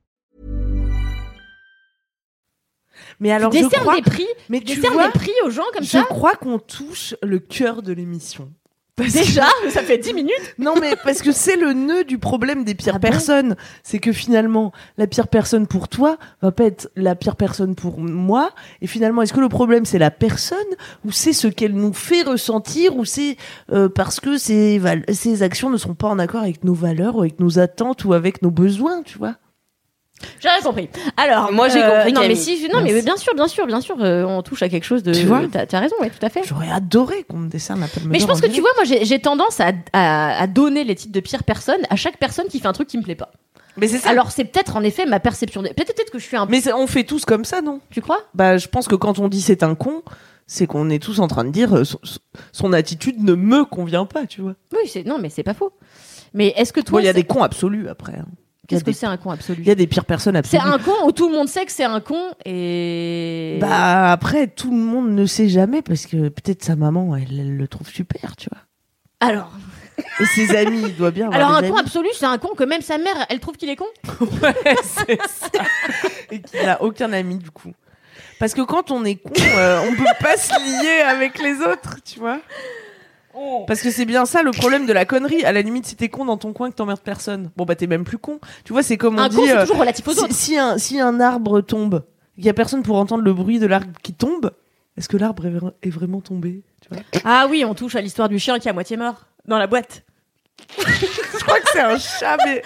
B: Mais alors, je
D: Décerne
B: crois,
D: des prix,
B: mais tu
D: décerne
B: vois,
D: des prix aux gens comme
B: je
D: ça.
B: crois qu'on touche le cœur de l'émission. Parce que-
D: Déjà, ça fait 10 minutes.
B: Non, mais parce que c'est le nœud du problème des pires
D: Ah bon
B: personnes. c'est que finalement, la pire personne pour toi va pas être la pire personne pour moi. Et finalement, est-ce que le problème, c'est la personne ou c'est ce qu'elle nous fait ressentir ou c'est euh, parce que ses, val- ses actions ne sont pas en accord avec nos valeurs ou avec nos attentes ou avec nos besoins, tu vois
D: J'ai rien compris. Alors, euh,
A: Moi, j'ai compris,
D: Non, mais
A: Camille.
D: si, non, mais
B: Merci.
D: bien sûr, bien sûr, bien sûr, euh, on touche à quelque chose de.
B: Tu vois
D: t'as, t'as raison, ouais, tout à fait.
B: J'aurais adoré qu'on me décerne la palme
D: Mais je
B: d'or
D: pense
B: en
D: que
B: direct.
D: tu vois, moi, j'ai, j'ai tendance à, à- à donner les titres de pire personne à chaque personne qui fait un truc qui me plaît pas.
B: Mais c'est ça.
D: Alors, c'est peut-être en effet ma perception. des- Peut-être, peut-être que je suis un.
B: Mais c'est- on fait tous comme ça, non
D: Tu crois
B: Bah, je pense que quand on dit c'est un con, c'est qu'on est tous en train de dire euh, son, son attitude ne me convient pas, tu vois.
D: Oui, c'est non, mais c'est pas faux. Mais est-ce que
B: Bon,
D: toi,
B: il y a
D: c'est-
B: des cons absolus après. hein. il y a
D: qu'est-ce que
B: des-
D: c'est un con absolu
B: Il y a des pires personnes
D: C'est
B: absolues.
D: un con où tout le monde sait que c'est un con et.
B: Bah après, tout le monde ne sait jamais parce que peut-être sa maman, elle, elle le trouve super, tu vois.
D: Alors,
B: Et ses amis, il doit bien avoir
D: alors un
B: des
D: con
B: amis.
D: absolu, c'est un con que même sa mère, elle trouve qu'il est con.
B: Ouais, c'est ça. Et qu'il n'a aucun ami du coup. Parce que quand on est con, euh, on peut pas se lier avec les autres, tu vois. Parce que c'est bien ça le problème de la connerie. À la limite, si t'es con dans ton coin que t'emmerdes personne, bon bah t'es même plus con. Tu vois, c'est comme on
D: un
B: dit.
D: con, c'est
B: euh,
D: toujours relatif aux
B: si,
D: autres.
B: si un, si un arbre tombe, il y a personne pour entendre le bruit de l'arbre qui tombe. Est-ce que l'arbre est, vra- est vraiment tombé tu vois
D: Ah oui, on touche à l'histoire du chien qui est à moitié mort dans la boîte.
B: Je crois que c'est un chat, mais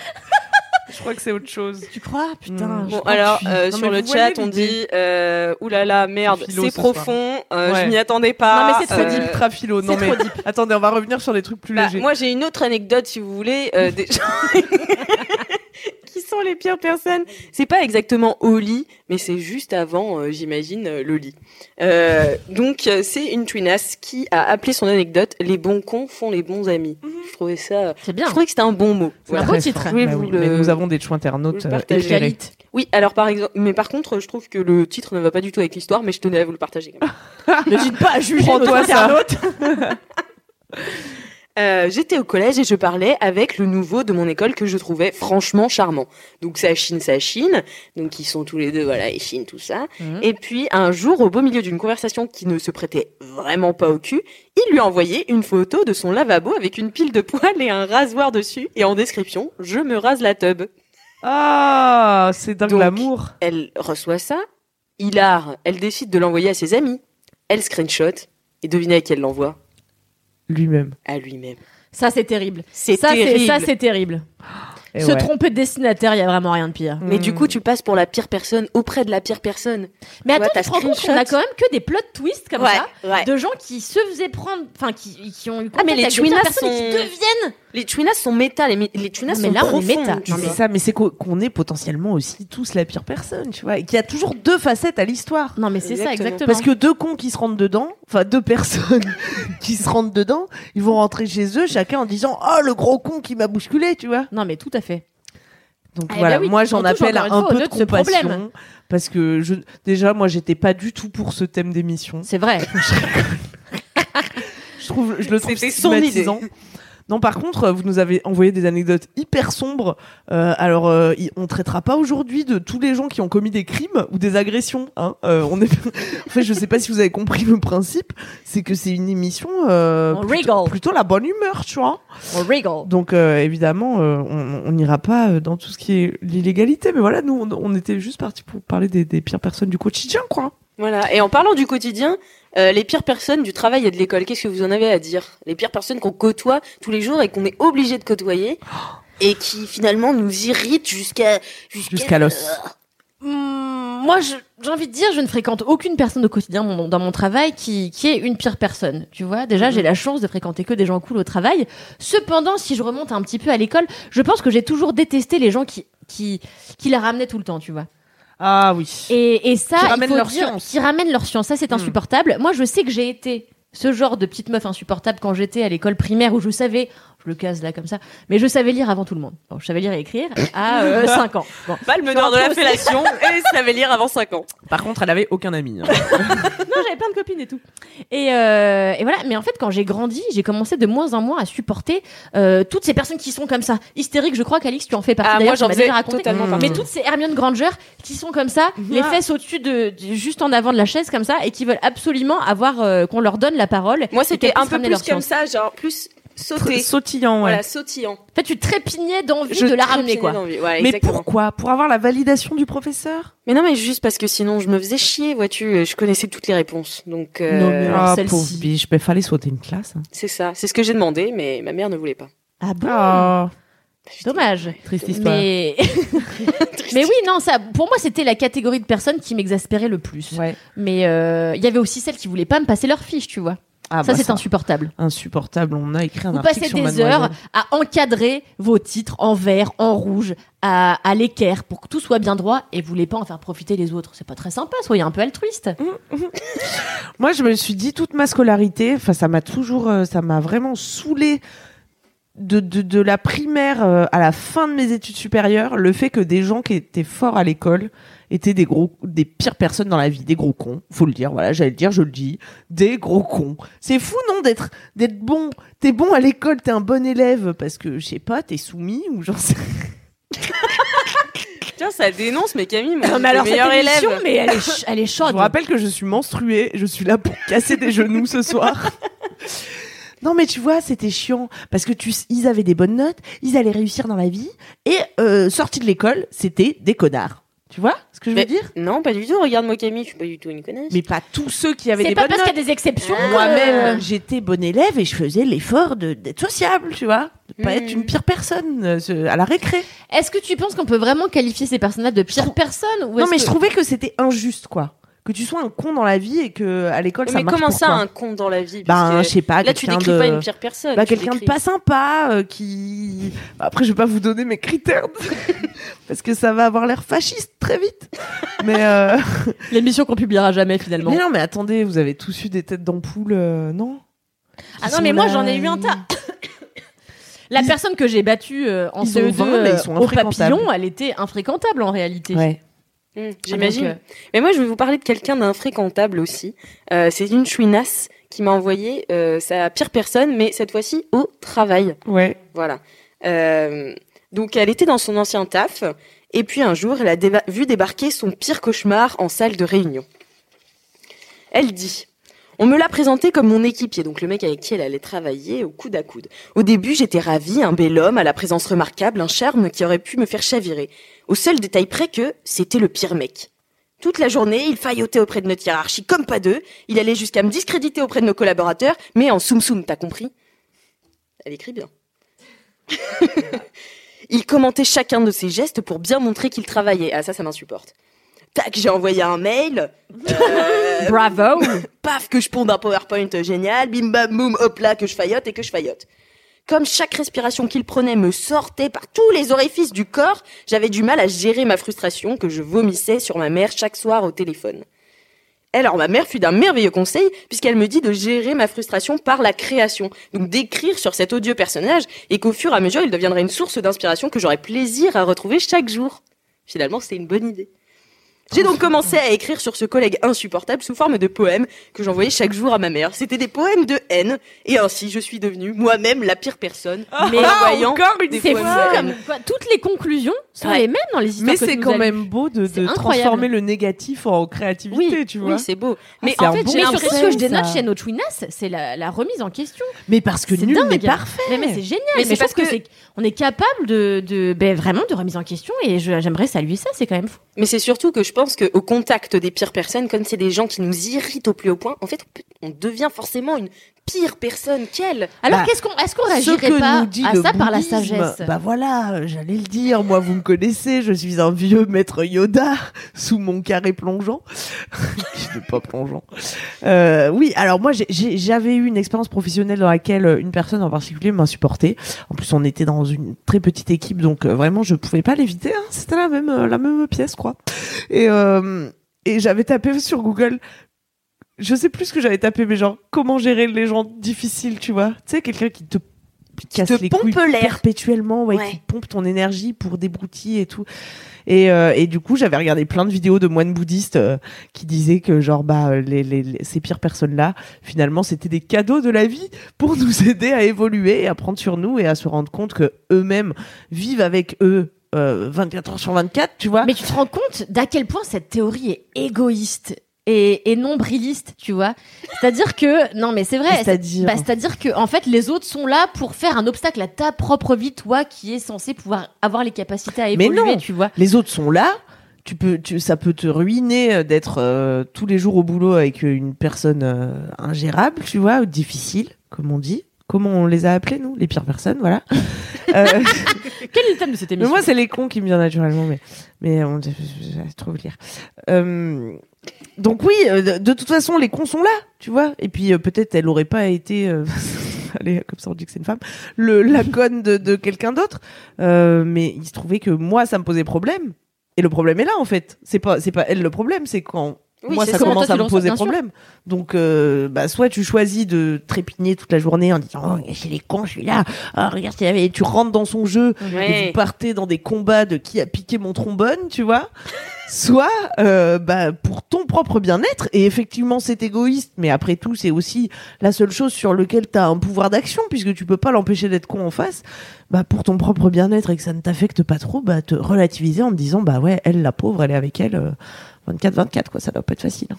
B: je crois que c'est autre chose.
D: Tu crois Putain.
B: Mm.
D: je-
A: Bon,
B: crois
A: alors,
B: que je suis-
A: euh,
B: Non,
A: sur
B: mais
A: le
B: vous
A: chat,
B: voyez
A: on
B: l'idée.
A: dit euh, oulala, merde,
B: Philo
A: c'est
B: ce soir.
A: profond, euh,
B: Ouais.
A: je m'y attendais pas.
B: Ah,
D: Non, mais c'est trop
A: euh,
D: deep.
B: Ultra philo. Non mais attendez, on va revenir sur des trucs plus
A: bah,
B: légers.
A: moi, j'ai une autre anecdote, si vous voulez, euh, des gens qui sont les pires personnes. C'est pas exactement au lit, mais c'est juste avant, euh, j'imagine, euh, le lit. Euh, donc, euh, c'est une twinasse qui a appelé son anecdote « Les bons cons font les bons amis Je trouvais ça... euh,
D: C'est
A: Je
D: bien.
A: trouvais que c'était un bon mot.
D: un
A: Voilà.
D: beau titre.
B: Bah
A: Oui, vous
B: oui,
A: le-
B: mais nous avons des choix
A: vous
B: internautes
A: le
B: euh,
A: partagez.
B: éclairés.
A: Oui, alors par exemple, mais par contre, je trouve que le titre ne va pas du tout avec l'histoire, mais je tenais à vous le partager. quand même.
D: Ne dites pas à juger
B: Prends-toi
D: notre
B: ça.
D: internaute.
A: Euh, J'étais au collège et je parlais avec le nouveau de mon école que je trouvais franchement charmant. Donc ça chine, ça chine. Donc ils sont tous les deux, voilà, ils chinent tout ça.
D: Mhm.
A: Et puis un jour, au beau milieu d'une conversation qui ne se prêtait vraiment pas au cul, il lui a envoyé une photo de son lavabo avec une pile de poils et un rasoir dessus. Et en description, je me rase la teub.
B: Ah, c'est dingue
A: Donc,
B: l'amour.
A: Elle reçoit ça, hilar, elle décide de l'envoyer à ses amis. Elle screenshot et devinez à qui elle l'envoie
B: Lui-même.
A: À lui-même.
D: Ça, c'est terrible.
A: C'est
D: Ça, c'est
A: terrible.
D: ça, c'est terrible.
B: Et
D: Se
B: Eh ouais.
D: tromper de destinataire, il y a vraiment rien de pire.
A: Mais du coup, tu passes pour la pire personne auprès de la pire personne.
D: Mais
A: Ouais,
D: attends, tu
A: t'as
D: te rends compte
A: screenshot.
D: qu'on a quand même que des plot twists comme ça
A: ouais.
D: de gens qui se faisaient prendre, enfin qui, qui ont eu
A: Ah, mais
D: contact
A: les
D: avec des pires
A: Twinas
D: personnes et qui
A: sont-
D: deviennent.
A: Les tunas sont méta, les, mé- les tunas
D: Non, mais
A: sont
D: là, on est
A: profondes,
D: méta.
A: tu
B: Non,
D: tu
B: mais
A: vois.
B: ça, mais c'est qu'au- qu'on est potentiellement aussi tous la pire personne, tu vois, et qu'il y a toujours deux facettes à l'histoire.
D: Non mais c'est ça exactement.
A: Exactement.
B: Parce que deux cons qui se rentrent dedans, enfin deux personnes qui se rentrent dedans, ils vont rentrer chez eux chacun en disant oh le gros con qui m'a bousculé, tu vois.
D: Non mais tout à fait.
B: Donc
D: Eh ben
B: voilà,
D: oui,
B: moi j'en
D: on touche
B: appelle à
D: encore
B: un
D: une fois au
B: peu de
D: nœud de ce
B: compassion
D: problème.
B: parce que je déjà moi j'étais pas du tout pour ce thème d'émission.
D: C'est vrai.
B: Je trouve je le trouve
A: C'était son
B: stigmatisant. Non, par contre, vous nous avez envoyé des anecdotes hyper sombres. Euh, alors, euh, y- on traitera pas aujourd'hui de tous les gens qui ont commis des crimes ou des agressions. Hein. Euh, on est... en fait, je sais pas si vous avez compris le principe. C'est que c'est une émission euh,
D: On
B: plutôt,
D: rigole.
B: plutôt la bonne humeur, tu vois.
D: On rigole.
B: Donc, euh, évidemment, euh, on on n'ira pas euh, dans tout ce qui est l'illégalité. Mais voilà, nous, on, on était juste parti pour parler des, des pires personnes du quotidien, quoi.
A: Voilà. Et en parlant du quotidien, euh, les pires personnes du travail et de l'école, qu'est-ce que vous en avez à dire Les pires personnes qu'on côtoie tous les jours et qu'on est obligé de côtoyer et qui finalement nous irritent jusqu'à
B: Jusqu'à l'os.
D: Hum, moi, je- j'ai envie de dire, je ne fréquente aucune personne au quotidien mon- dans mon travail qui, qui est une pire personne. Tu vois,
B: Mhm.
D: déjà, j'ai la chance de fréquenter que des gens cool au travail. Cependant, si je remonte un petit peu à l'école, je pense que j'ai toujours détesté les gens qui, qui, qui la ramenaient tout le temps, tu vois.
B: Ah oui.
D: Et, et ça,
B: Qui
D: il
B: ramènent
D: faut
B: leur
D: dire,
B: science. Mhm.
D: qui ramènent leur science. Ça, c'est insupportable. Moi, je sais que j'ai été ce genre de petite meuf insupportable quand j'étais à l'école primaire où je savais, je le case là comme ça, mais je savais lire avant tout le monde. Bon, je savais lire et écrire à 5 ans. Bon.
A: Palme d'or de la fellation et ça veut lire avant 5 ans.
B: Par contre, elle avait aucun ami. hein.
D: Non, j'avais plein de copines et tout. Et, euh, et voilà, mais en fait, quand j'ai grandi, j'ai commencé de moins en moins à supporter euh, toutes ces personnes qui sont comme ça. Hystériques, je crois qu'Alix, tu en fais partie.
A: Ah, moi,
D: d'ailleurs, tu
A: j'en
D: m'as
A: faisais
D: déjà raconté.
A: totalement Mhm. Ah.
D: Mais
A: partie.
D: toutes ces Hermione Granger qui sont comme ça, les fesses au-dessus de, de- juste en avant de la chaise, comme ça, et qui veulent absolument avoir euh, qu'on leur donne la parole.
A: Moi,
D: et
A: c'était
D: qu'elles
A: un
D: puissent
A: peu
D: ramener
A: plus
D: leur
A: comme
D: chance.
A: ça, genre plus sauter.
B: Sautillant, ouais.
A: Voilà, sautillant.
D: En fait, tu trépignais d'envie
A: Je
D: de la ramener,
A: trépignais
D: quoi.
A: d'envie. Ouais,
B: Mais
A: exactement.
B: pourquoi Pour avoir la validation du professeur
A: Mais non, mais juste parce que sinon, je me faisais chier, vois-tu. Je connaissais toutes les réponses. Donc, euh,
D: alors, celle-ci.
B: Ah, pauvre biche, mais fallait sauter une classe. hein.
A: c'est ça. C'est ce que j'ai demandé, mais ma mère ne voulait pas.
D: Ah bon
B: Ah,
D: Dommage.
B: triste histoire.
D: Mais... mais oui, non, ça, pour moi, c'était la catégorie de personnes qui m'exaspérait le plus.
B: Ouais.
D: Mais euh, il y avait aussi celles qui voulaient pas me passer leur fiche, tu vois.
B: Ah,
D: ça,
B: bah,
D: c'est insupportable.
B: insupportable. On a écrit un
D: Vous
B: article
D: passez
B: sur
D: des
B: Mademoiselle.
D: heures à encadrer vos titres en vert, en rouge, à, à l'équerre pour que tout soit bien droit et vous voulez pas en faire profiter les autres. C'est pas très sympa, soyez un peu altruiste.
B: Moi, je me suis dit toute ma scolarité, enfin, ça m'a toujours, euh, ça m'a vraiment saoulé de, de, de la primaire euh, à la fin de mes études supérieures, le fait que des gens qui étaient forts à l'école étaient des gros, des pires personnes dans la vie, des gros cons. Faut le dire, voilà, j'allais le dire, je le dis, des gros cons. C'est fou, non, d'être, d'être bon. T'es bon à l'école, t'es un bon élève parce que, je sais pas, t'es soumis ou j'en sais
A: Tiens, ça dénonce, mais Camille, moi,
D: mais
A: j'étais meilleure
D: émission,
A: élève.
D: mais elle est, ch- elle est
B: Je
D: chaude.
B: vous rappelle que je suis menstruée, je suis là pour casser des genoux ce soir. Non mais tu vois, c'était chiant parce que tu, ils avaient des bonnes notes, ils allaient réussir dans la vie et euh, sortis de l'école, c'était des connards. Tu vois ce que je veux
A: Mais-
B: dire
A: Non, pas du tout. Regarde-moi, Camille, je suis pas du tout une connasse.
B: Mais pas tous ceux qui avaient
D: C'est
B: des
D: pas
B: bonnes
D: parce
B: notes.
D: qu'il y a des exceptions. que-
A: euh.
B: Moi-même, j'étais bonne élève et je faisais l'effort de- d'être sociable, tu vois, de pas
A: Mm.
B: être une pire personne euh, ce- à la récré.
D: Est-ce que tu penses qu'on peut vraiment qualifier ces personnes-là de pires personnes ou
B: Non
D: est-ce
B: mais
D: que-
B: je trouvais que c'était injuste quoi, que tu sois un con dans la vie et que à l'école ça
A: mais
B: marche
A: comment
B: pour
A: ça,
B: toi.
A: un con dans la vie Parce
B: Ben
A: que
B: je sais pas.
A: Là, tu
B: quelqu'un
A: décris
B: de-
A: pas une pire personne.
B: bah,
A: tu
B: quelqu'un de
A: décris-
B: pas sympa euh, qui Bah, après je vais pas vous donner mes critères parce que ça va avoir l'air fasciste très vite mais, euh,
D: L'émission qu'on publiera jamais finalement.
B: mais non mais attendez vous avez tous eu des têtes d'ampoule euh, non
D: Ah
B: Qui
D: non,
B: sont
D: mais moi
B: là,
D: j'en ai eu un tas. La
B: Ils-
D: personne que j'ai battue euh, en
B: Ils ont
D: CE2
B: vingt, mais ils
D: euh,
B: sont
D: au
B: infréquentables.
D: papillon, elle était infréquentable en réalité.
B: ouais
A: Mmh,
D: Ah,
A: J'imagine.
D: donc,
A: Mais moi, je vais vous parler de quelqu'un d'infréquentable aussi. Euh, c'est une chouinasse qui m'a envoyé euh, sa pire personne, mais cette fois-ci au travail.
B: ouais
A: Voilà. Euh, donc, elle était dans son ancien taf, et puis un jour, elle a déba- vu débarquer son pire cauchemar en salle de réunion. Elle dit On me l'a présenté comme mon équipier, donc le mec avec qui elle allait travailler au coude à coude. Au début, j'étais ravie, un bel homme, à la présence remarquable, un charme qui aurait pu me faire chavirer. Au seul détail près que c'était le pire mec. Toute la journée, il faillotait auprès de notre hiérarchie comme pas deux. Il allait jusqu'à me discréditer auprès de nos collaborateurs, mais en soum-soum, t'as compris Elle écrit bien. Il commentait chacun de ses gestes pour bien montrer qu'il travaillait. Ah ça, ça m'insupporte. Tac, j'ai envoyé un mail. Euh,
D: Bravo
A: paf, que je ponde un PowerPoint génial. Bim bam boum, hop là, que je faillote et que je faillote. Comme chaque respiration qu'il prenait me sortait par tous les orifices du corps, j'avais du mal à gérer ma frustration que je vomissais sur ma mère chaque soir au téléphone. Alors ma mère fut d'un merveilleux conseil puisqu'elle me dit de gérer ma frustration par la création, donc d'écrire sur cet odieux personnage et qu'au fur et à mesure il deviendrait une source d'inspiration que j'aurais plaisir à retrouver chaque jour. Finalement c'était une bonne idée. J'ai donc commencé à écrire sur ce collègue insupportable sous forme de poèmes que j'envoyais chaque jour à ma mère. C'était des poèmes de haine et ainsi je suis devenue moi-même la pire personne.
D: Mais
A: en voyant
B: Ah, encore une
A: des
D: C'est fou
A: poèmes de haine.
D: comme quoi, toutes les conclusions sont
A: Ouais.
D: les mêmes dans les histoires.
B: mais
D: que
B: c'est
D: tu nous
B: quand
D: as
B: même beau de,
D: C'est
B: de
D: incroyable.
B: transformer le négatif en créativité tu vois
A: Oui, c'est beau.
B: mais
A: Mais
B: c'est
A: en
B: un
A: fait,
B: bon
A: j'ai
D: lues. Mais
B: conseil,
D: surtout, ce que je dénote
B: ça.
D: chez notre chouinas, c'est la, la remise en question.
B: mais parce que
D: C'est
B: nul n'est
D: dingue.
B: parfait
D: Mais, mais c'est génial.
A: Mais
D: Mais,
A: c'est
D: je
A: parce
D: pense que,
A: que-
D: c'est on est capable de, de ben, vraiment de remise en question et je- j'aimerais saluer ça. C'est quand même fou.
A: Mais c'est surtout que je pense qu'au contact des pires personnes, comme c'est des gens qui nous irritent au plus haut point, en fait, on peut- on devient forcément une pire personne qu'elle.
D: Alors
B: Bah,
D: qu'est-ce qu'on est-ce qu'on
B: Ce
D: réagirait
B: que
D: pas
B: nous dit
D: à
B: le
D: ça par la
B: bouddhisme,
D: sagesse
B: Bah voilà, euh, j'allais le dire. Moi, vous me connaissez, je suis un vieux maître Yoda sous mon carré plongeant. je n'ai pas plongeant. Euh, oui, alors moi, j'ai- j'ai- j'avais eu une expérience professionnelle dans laquelle euh, une personne en particulier m'insupportait. En plus, on était dans une très petite équipe, donc euh, vraiment, je pouvais pas l'éviter. hein. C'était la même, euh, la même pièce, quoi. Et, euh, et j'avais tapé sur Google je sais plus ce que j'avais tapé, mais genre, comment gérer les gens difficiles, tu vois Tu sais, quelqu'un qui te casse
C: te
B: les couilles
C: pompe l'air.
B: perpétuellement, ouais,
C: Ouais.
B: qui pompe ton énergie pour des broutilles et tout. Et, euh, et du coup, j'avais regardé plein de vidéos de moines bouddhistes euh, qui disaient que, genre, bah, euh, les, les- les- ces pires personnes-là, finalement, c'était des cadeaux de la vie pour nous aider à évoluer, à prendre sur nous et à se rendre compte que eux-mêmes vivent avec eux euh, 24 heures sur 24, tu vois
D: Mais tu te rends compte d'à quel point cette théorie est égoïste et, et nombriliste, tu vois C'est-à-dire que non, mais c'est vrai. c'est-
B: C'est-à-dire
D: bah, C'est-à-dire que en fait, les autres sont là pour faire un obstacle à ta propre vie, toi qui es censé pouvoir avoir les capacités à
B: Mais
D: évoluer,
B: non.
D: tu vois
B: Les autres sont là. Tu peux, tu, ça peut te ruiner euh, d'être euh, tous les jours au boulot avec euh, une personne euh, ingérable, tu vois, ou difficile, comme on dit. Comment on les a appelés, nous Les pires personnes, voilà. Euh,
D: Quel est le thème de cette
B: mais
D: émission
B: moi, c'est les cons qui me viennent naturellement, mais, mais euh, on, je, je- je trouve lire. Euh, donc oui, euh, de, de toute façon, les cons sont là, tu vois. Et puis euh, peut-être elle aurait pas été, euh, allez, comme ça on dit que c'est une femme, le, la conne de, de quelqu'un d'autre. Euh, mais il se trouvait que moi, ça me posait problème. Et le problème est là en fait. C'est pas, c'est pas elle le problème, c'est quand
A: Oui,
B: moi
A: c'est
B: ça
A: ça,
B: commence
D: toi,
B: à
D: tu
B: me
D: le
B: poser
D: ressens, bien
B: problème. Donc euh, bah soit tu choisis de trépigner toute la journée en disant oh, c'est les cons, je suis là. Ah, regarde, c'est- et tu rentres dans son jeu et vous
A: Ouais.
B: partez dans des combats de qui a piqué mon trombone, tu vois. Soit euh, bah, pour ton propre bien-être, et effectivement c'est égoïste, mais après tout c'est aussi la seule chose sur laquelle tu as un pouvoir d'action, puisque tu peux pas l'empêcher d'être con en face, bah, pour ton propre bien-être et que ça ne t'affecte pas trop, bah, te relativiser en te disant, bah ouais, elle la pauvre, elle est avec elle euh, 24-24, quoi, ça doit pas être facile. hein.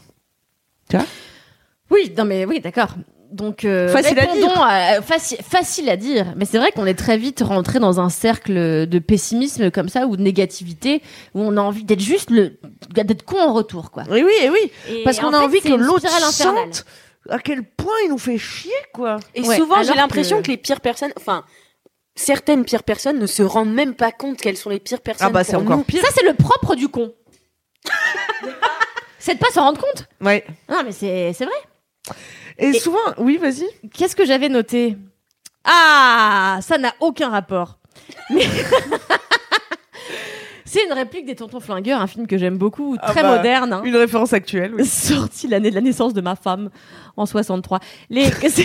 D: Oui, non mais oui, d'accord. Donc euh,
B: Facile à
D: répondons à- à- faci- facile à dire, mais c'est vrai qu'on est très vite rentré dans un cercle de pessimisme comme ça ou de négativité où on a envie d'être juste le d'être con en retour quoi.
B: Et oui, et oui,
D: Et
B: parce
D: en
B: qu'on a
D: fait,
B: envie
D: c'est
B: que
D: une
B: l'autre
D: spirale infernale.
B: sente à quel point il nous fait chier, quoi.
A: Et
D: Ouais,
A: souvent,
D: alors
A: j'ai l'impression
D: que-
A: que... les pires personnes, enfin, certaines pires personnes ne se rendent même pas compte qu'elles sont les pires personnes.
B: Ah bah, c'est
A: pour
B: encore
A: nous.
B: pire.
D: Ça c'est le propre du con. c'est de pas s'en rendre compte.
B: Ouais.
D: Non mais c'est c'est vrai.
B: Et, souvent, oui, vas-y.
D: Qu'est-ce que j'avais noté Ah, ça n'a aucun rapport. Mais C'est une réplique des Tontons Flingueurs, un film que j'aime beaucoup,
B: Ah
D: très
B: bah,
D: moderne. hein.
B: Une référence actuelle, oui.
D: sorti l'année de la naissance de ma femme en 63. Les... c'est-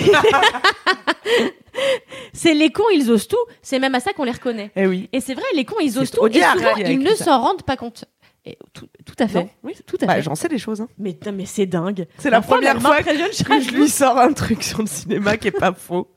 D: c'est les cons, ils osent tout. C'est même à ça qu'on les reconnaît.
B: Eh oui.
D: Et c'est vrai, les cons, ils osent
B: C'est
D: tout. Et
B: Audiard
D: souvent,
B: qui a
D: ils
B: écrit
D: ne
B: ça.
D: s'en rendent pas compte. Et tout, tout à fait.
B: Non, oui.
D: Tout à
B: Bah,
D: fait.
B: j'en sais des choses. Hein.
D: Mais, putain, mais c'est dingue.
B: C'est la
D: femme,
B: première
D: elle
B: fois
D: m'impressionne
B: Que
D: chaque
B: je
D: jour.
B: lui sors un truc sur le cinéma qui est pas faux.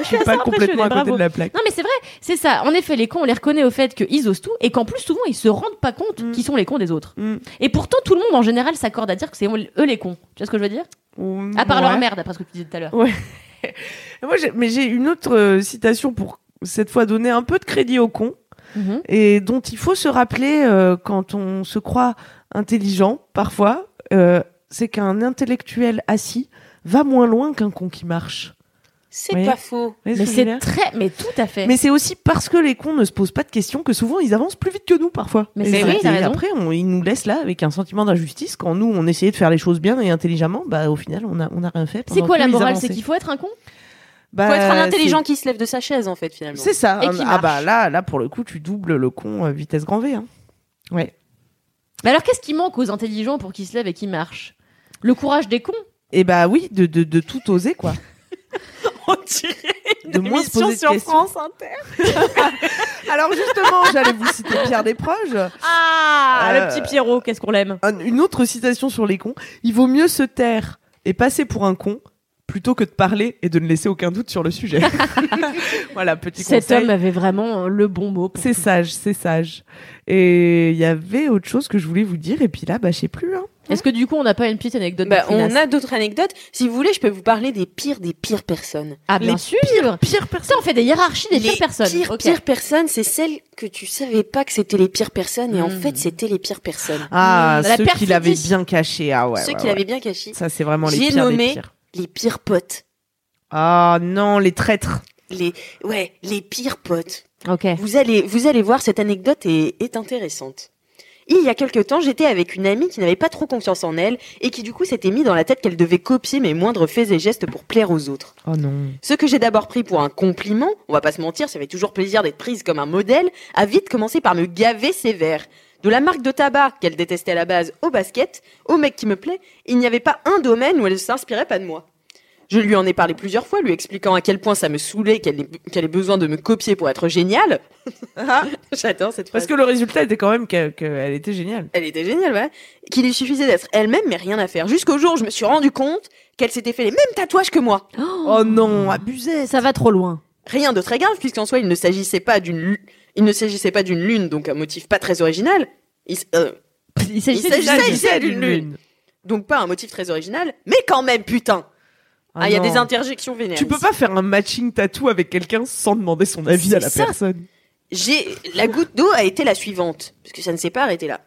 B: Je suis pas complètement à côté
D: bravo.
B: de la plaque.
D: Non, mais c'est vrai, c'est ça. En effet, les cons, on les reconnaît au fait qu'ils osent tout et qu'en plus, souvent, ils se rendent pas compte
B: Mm.
D: qui sont les cons des autres.
B: Mm.
D: Et pourtant, tout le monde, en général, s'accorde à dire que c'est eux les cons. Tu vois ce que je veux dire
B: Mmh,
D: À part
B: ouais.
D: leur merde, après ce que tu disais tout à l'heure.
B: Moi, j'ai- mais j'ai une autre euh, citation pour cette fois donner un peu de crédit au con
D: Mhm.
B: et dont il faut se rappeler euh, quand on se croit intelligent parfois. euh, c'est qu'un intellectuel assis va moins loin qu'un con qui marche.
A: C'est
B: Oui.
A: pas faux.
B: Vous voyez ce que je
D: Mais
B: veux
D: c'est
B: dire
D: très, mais tout à fait.
B: Mais c'est aussi parce que les cons ne se posent pas de questions que souvent ils avancent plus vite que nous parfois.
D: Mais
B: Et
D: c'est vrai,
B: et
D: t'as raison.
B: après on- ils nous laissent là avec un sentiment d'injustice quand nous on essayait de faire les choses bien et intelligemment, bah au final on a on a rien fait.
D: c'est
B: pendant
D: quoi
B: que
D: la
B: eux, ils
D: morale
B: avançaient.
D: C'est qu'il faut être un con
B: Bah,
A: Faut être un intelligent
B: c'est-
A: qui se lève de sa chaise, en fait, finalement.
B: C'est ça.
D: Et
B: hein.
D: qui
B: ah
D: marche.
B: bah là là pour le coup tu doubles le con euh, vitesse grand V. Hein.
D: Mais alors, qu'est-ce qui manque aux intelligents pour qu'ils se lèvent et qu'ils marchent Le courage des cons
B: Et bah oui de de, de tout oser quoi. Oh,
A: On dirait une
B: De moins se
A: émission
B: poser de
A: sur
B: questions.
A: France Inter.
B: Alors justement j'allais vous citer Pierre Desproges.
D: Ah
B: Euh,
D: Le petit Pierrot, qu'est-ce qu'on l'aime
B: Un- une autre citation sur les cons. Il vaut mieux se taire et passer pour un con plutôt que de parler et de ne laisser aucun doute sur le sujet. voilà, petit
D: Cet
B: conseil.
D: homme avait vraiment euh, le bon mot. pour-
B: C'est sage, c'est sage. Et il y avait autre chose que je voulais vous dire et puis là, bah, je sais plus. Hein.
D: Est-ce que du coup, on n'a pas une petite anecdote
A: Bah,
D: de
A: on
D: Finas
A: a d'autres anecdotes. Si vous voulez, je peux vous parler des pires des pires personnes.
D: Ah, bien
B: les
D: sûr
B: Pire
D: Ça,
B: personne.
D: on fait des hiérarchies des pires personnes.
A: pires,
D: Ok.
A: pires personnes, c'est celles que tu savais pas que c'était les pires personnes et en
D: Mm.
A: fait c'était les pires personnes.
B: Ah,
D: La
B: ceux qui
D: perfidie.
B: l'avaient bien caché. Ah ouais.
A: Ceux
B: ouais,
A: qui
B: ouais.
A: l'avaient bien caché,
B: Ça, c'est vraiment les
A: J'ai
B: pires des
A: nommé-
B: pires.
A: les pires potes.
B: Ah non, les traîtres.
A: Les ouais, les pires potes.
D: Ok.
A: Vous allez, vous allez voir, cette anecdote est, est intéressante. Il y a quelque temps, j'étais avec une amie qui n'avait pas trop confiance en elle et qui du coup s'était mis dans la tête qu'elle devait copier mes moindres faits et gestes pour plaire aux autres.
B: Oh non.
A: Ce que j'ai d'abord pris pour un compliment, on va pas se mentir, ça fait toujours plaisir d'être prise comme un modèle, a vite commencé par me gaver sévère. de la marque de tabac qu'elle détestait à la base au basket, au mec qui me plaît, il n'y avait pas un domaine où elle ne s'inspirait pas de moi. Je lui en ai parlé plusieurs fois, lui expliquant à quel point ça me saoulait qu'elle ait, qu'elle ait besoin de me copier pour être géniale. J'adore cette phrase.
B: Parce que le résultat était quand même qu'elle qu'elle était géniale.
A: Elle était géniale, ouais. Qu'il lui suffisait d'être elle-même, mais rien à faire. Jusqu'au jour où je me suis rendu compte qu'elle s'était fait les mêmes tatouages que moi.
B: Oh non, abusé.
D: Ça va trop loin.
A: Rien de très grave, puisqu'en soi, il ne s'agissait pas d'une, lu- il ne s'agissait pas d'une lune, donc un motif pas très original. Il s- euh,
D: Il
A: s'agissait
D: s'agissait
A: d'une-
D: déjà-
A: s'agissait d'une lune. donc pas un motif très original, mais quand même, putain. Ah, il y a
B: non.
A: des interjections vénères.
B: Tu peux pas faire un matching tatou avec quelqu'un sans demander son avis
A: C'est
B: à la
A: ça.
B: personne.
A: J'ai la goutte d'eau a été la suivante, parce que ça ne s'est pas arrêté là.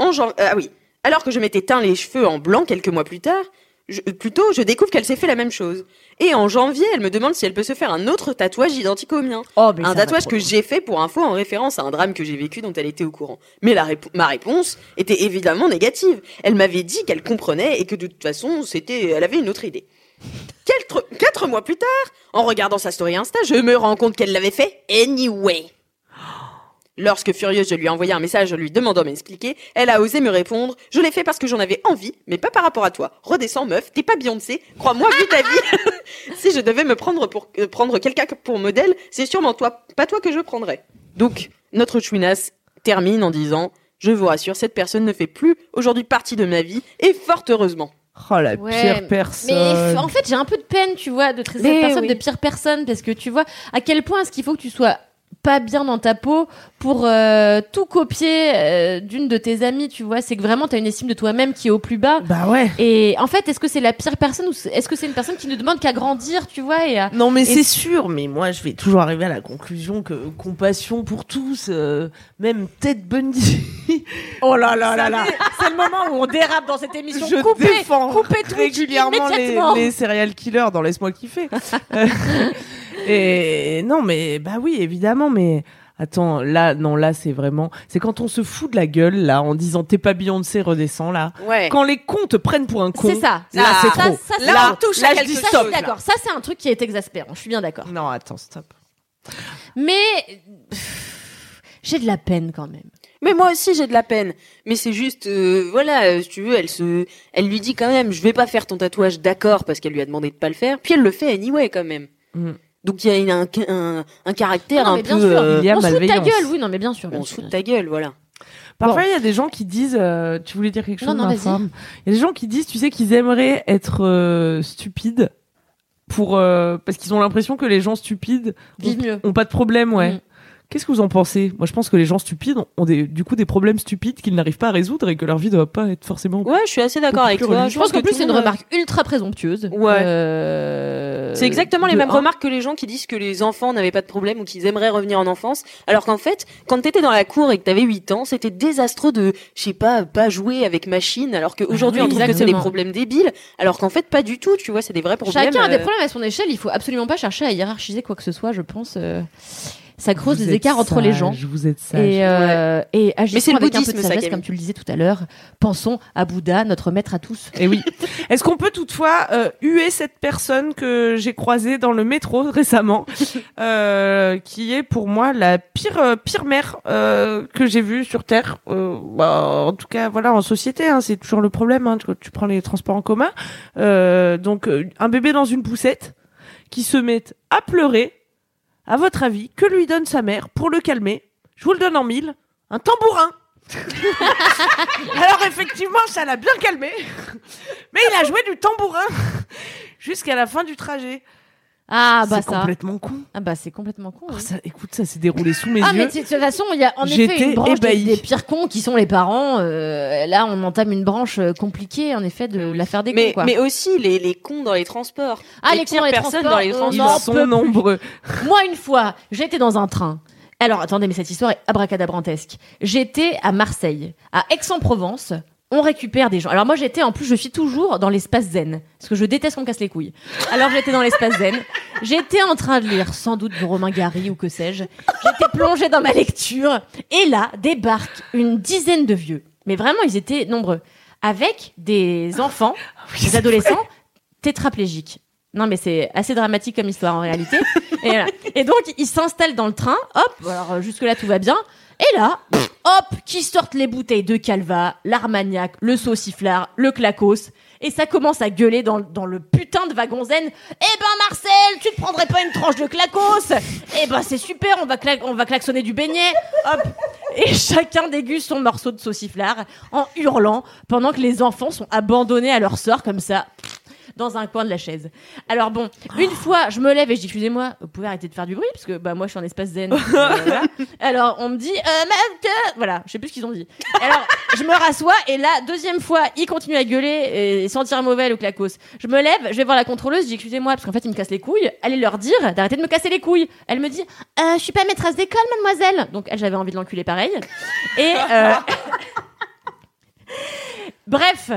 A: En jan- ah oui, alors que je m'étais teint les cheveux en blanc quelques mois plus tard, je, plutôt je découvre qu'elle s'est fait la même chose. Et en janvier, elle me demande si elle peut se faire un autre tatouage identique au mien.
D: Oh, mais ça
A: un
D: va
A: tatouage
D: trop
A: que
D: loin.
A: j'ai fait pour info en référence à un drame que j'ai vécu dont elle était au courant. Mais la répo- ma réponse était évidemment négative. Elle m'avait dit qu'elle comprenait et que de toute façon, c'était, elle avait une autre idée. Quatre, quatre mois plus tard, en regardant sa story Insta, je me rends compte qu'elle l'avait fait anyway. Lorsque furieuse, je lui ai envoyé un message lui demandant de m'expliquer, elle a osé me répondre Je l'ai fait parce que j'en avais envie, mais pas par rapport à toi. Redescends, meuf, t'es pas Beyoncé, crois-moi, vu ta vie. si je devais me prendre pour euh, prendre quelqu'un pour modèle, c'est sûrement toi, pas toi que je prendrais. Donc, notre chouinasse termine en disant Je vous rassure, cette personne ne fait plus aujourd'hui partie de ma vie, et fort heureusement.
B: Oh la
D: Ouais,
B: pire personne.
A: euh,
D: Mais en fait, j'ai un peu de peine, tu vois, de traiter cette
C: Mais
D: personne
C: oui.
D: de pire personne, parce que tu vois, à quel point est-ce qu'il faut que tu sois pas bien dans ta peau pour euh, tout copier euh, d'une de tes amies, tu vois. C'est que vraiment, t'as une estime de toi-même qui est au plus bas.
B: Bah ouais.
D: Et en fait, est-ce que c'est la pire personne ou c'est- est-ce que c'est une personne qui ne demande qu'à grandir, tu vois, et à...
B: Non mais
D: Et-
B: c'est sûr, mais moi je vais toujours arriver à la conclusion que compassion pour tous, euh, même Ted Bundy.
D: Oh là là
B: là là.
D: C'est le moment où on dérape dans cette émission.
B: je
D: Coupez
B: défends
D: coupez Twitch
B: régulièrement les,
D: immédiatement.
B: les serial killers dans Laisse-moi kiffer. Euh, et non mais bah oui évidemment mais attends là non là c'est vraiment c'est quand on se fout de la gueule là en disant t'es pas Beyoncé redescends là.
A: Ouais.
B: Quand les cons te prennent pour un con.
D: Eh. C'est ça.
B: Là,
D: Ça,
B: c'est
D: ça,
B: trop.
D: ça,
A: Là,
D: ça,
A: on touche
D: ça,
A: à
D: je
A: quelque
D: suis
A: chose, là.
D: d'accord. Ça, c'est un truc qui est exaspérant. Je suis bien d'accord.
B: Non attends stop.
D: Mais pff, j'ai de la peine quand même.
A: Mais moi aussi j'ai de la peine. Mais c'est juste, euh, voilà, euh, si tu veux, elle se, elle lui dit quand même, je vais pas faire ton tatouage, d'accord, parce qu'elle lui a demandé de pas le faire. Puis elle le fait anyway quand même.
B: Mm.
A: Donc il y a une- un, un, un caractère
D: Non,
A: un
D: mais
A: peu,
D: bien sûr.
A: euh,
B: il y a
D: on se fout de ta
B: malveillance.
D: gueule, oui, non, mais bien sûr. bien
A: on se
D: sûr,
A: fout de
D: bien
A: ta gueule, voilà.
B: Parfois, il y a des gens qui disent. euh, tu voulais dire quelque chose,
D: Non, non,
B: ma
D: vas-y.
B: femme Il y a des gens qui disent, tu sais, qu'ils aimeraient être euh, stupides pour euh, parce qu'ils ont l'impression que les gens stupides
D: sûr. Vive mieux.
B: ont pas de problème, ouais.
D: Mm.
B: Qu'est-ce que vous en pensez Moi, je pense que les gens stupides ont des, du coup des problèmes stupides qu'ils n'arrivent pas à résoudre et que leur vie ne doit pas être forcément.
A: Ouais, je suis assez d'accord
B: Beaucoup
A: avec
B: plus
A: toi.
B: religieux.
D: Je pense qu'en
A: que
D: plus,
A: tout
D: c'est une
A: le monde-
D: remarque ultra présomptueuse.
A: Ouais.
D: Euh,
A: C'est exactement les
D: de
A: mêmes
D: un.
A: remarques que les gens qui disent que les enfants n'avaient pas de problème ou qu'ils aimeraient revenir en enfance. Alors qu'en fait, quand t'étais dans la cour et que t'avais 8 ans, c'était désastreux de, je sais pas, pas jouer avec machine. Alors qu'aujourd'hui,
D: Ah oui,
A: on trouve que c'est des
D: exactement.
A: problèmes débiles. Alors qu'en fait, pas du tout, tu vois, c'est des vrais problèmes.
D: Chacun a des
A: euh,
D: problèmes à son échelle. Il faut absolument pas chercher à hiérarchiser quoi que ce soit, je pense. euh, Ça creuse
B: Vous
D: des
B: êtes
D: écarts entre les gens.
B: sage, Vous êtes sage.
D: Et, euh, et agissons
A: c'est le
D: avec un peu de
A: bouddhisme, ça,
D: sagesse,
A: Camille.
D: comme tu le disais tout à l'heure. Pensons à Bouddha, notre maître à tous.
B: Et Eh oui. Est-ce qu'on peut toutefois euh, huer cette personne que j'ai croisée dans le métro récemment, euh, qui est pour moi la pire euh, pire mère euh, que j'ai vue sur terre. Euh, bah, en tout cas, voilà, en société, hein, c'est toujours le problème. Hein, quand tu prends les transports en commun, Euh, donc euh, un bébé dans une poussette qui se met à pleurer. À votre avis, que lui donne sa mère pour le calmer Je vous le donne en mille. Un tambourin. Alors effectivement, ça l'a bien calmé. Mais il a joué du tambourin jusqu'à la fin du trajet.
D: Ah bah
B: c'est
D: ça.
B: complètement con.
D: Ah bah c'est complètement con.
B: Oh,
D: oui.
B: ça, écoute, ça s'est déroulé sous mes
D: Ah mais
B: yeux.
D: de toute façon, il y a en effet
B: J'étais
D: une branche des,
B: ébahie.
D: des pires cons qui sont les parents. euh, là, on entame une branche euh, compliquée, en effet, de l'affaire des cons.
A: Ah Mais,
D: Quoi.
A: mais aussi les, les cons dans les transports.
D: ah
A: les
D: les cons
A: pires
D: dans les
A: personnes
D: transports,
A: dans les
D: on
A: transports.
D: en
B: Ils sont
D: peut plus.
B: nombreux.
D: Moi, une fois, j'étais dans un train. Alors, attendez, mais cette histoire est abracadabrantesque. J'étais à Marseille, à Aix-en-Provence. On récupère des gens. Alors moi j'étais en plus je suis toujours dans l'espace zen parce que je déteste qu'on casse les couilles. Alors j'étais dans l'espace zen. J'étais en train de lire sans doute du Romain Gary ou que sais-je. J'étais plongée dans ma lecture et là débarque une dizaine de vieux. Mais vraiment ils étaient nombreux avec des enfants, des adolescents tétraplégiques. Non, mais c'est assez dramatique comme histoire en réalité. et, voilà. Et donc, ils s'installent dans le train. Hop, alors euh, jusque-là, tout va bien. Et là, hop, qui sortent les bouteilles de Calva, l'Armagnac, le sauciflard, le clacos. Et ça commence à gueuler dans, dans le putain de wagon zen. Eh ben Marcel, tu te prendrais pas une tranche de clacos Eh ben c'est super, on va, cla- on va klaxonner du beignet. Hop. Et chacun déguste son morceau de sauciflard en hurlant pendant que les enfants sont abandonnés à leur sort comme ça dans un coin de la chaise. Alors bon, une fois, je me lève et je dis excusez-moi, vous pouvez arrêter de faire du bruit parce que bah moi je suis en espace zen. donc, euh, voilà. Alors on me dit euh, ma- te- voilà, je sais plus ce qu'ils ont dit. Alors je me rassois et là deuxième fois, ils continuent à gueuler et sentir mauvais le clacos. Je me lève, je vais voir la contrôleuse, je dis excusez-moi parce qu'en fait ils me cassent les couilles. Allez leur dire d'arrêter de me casser les couilles. Elle me dit euh, je suis pas maîtresse d'école mademoiselle. Donc elle j'avais envie de l'enculer pareil. Et euh, Bref,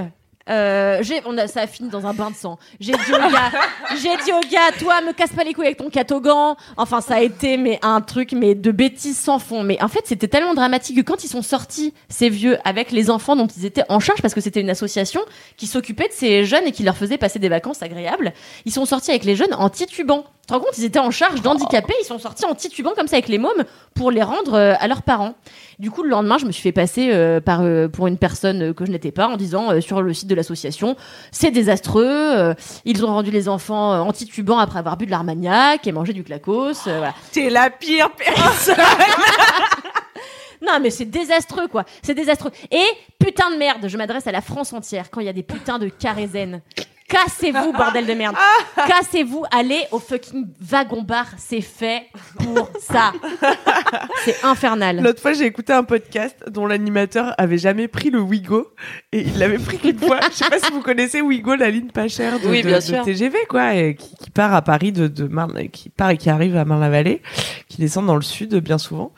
D: euh, j'ai- on a, ça a fini dans un bain de sang. J'ai dit au gars, j'ai dit au gars, toi, me casse pas les couilles avec ton catogan. Enfin, ça a été mais un truc, mais de bêtises sans fond. Mais en fait, c'était tellement dramatique que quand ils sont sortis, ces vieux, avec les enfants dont ils étaient en charge, parce que c'était une association qui s'occupait de ces jeunes et qui leur faisait passer des vacances agréables, ils sont sortis avec les jeunes en titubant. Tu te rends compte, ils étaient en charge d'handicapés, ils sont sortis en titubant comme ça avec les mômes pour les rendre euh, à leurs parents. Du coup, le lendemain, je me suis fait passer euh, par, euh, pour une personne euh, que je n'étais pas en disant euh, sur le site de l'association, c'est désastreux, euh, ils ont rendu les enfants euh, en titubant après avoir bu de l'armagnac et mangé du clacos. euh, voilà.
A: T'es la pire personne.
D: Non, mais c'est désastreux, quoi. C'est désastreux. Et putain de merde, je m'adresse à la France entière quand il y a des putains de carésènes. Cassez-vous, bordel de merde. Cassez-vous, allez au fucking wagon-bar. C'est fait pour ça. C'est infernal.
B: L'autre fois, j'ai écouté un podcast dont l'animateur avait jamais pris le Wigo et il l'avait pris qu'une fois. Je sais pas si vous connaissez Wigo, la ligne pas chère de,
A: Oui,
B: de-
A: bien
B: de
A: sûr.
B: TGV, quoi, et qui, qui part à Paris de, de Marne, qui part et qui arrive à Marne-la-Vallée, qui descend dans le sud bien souvent.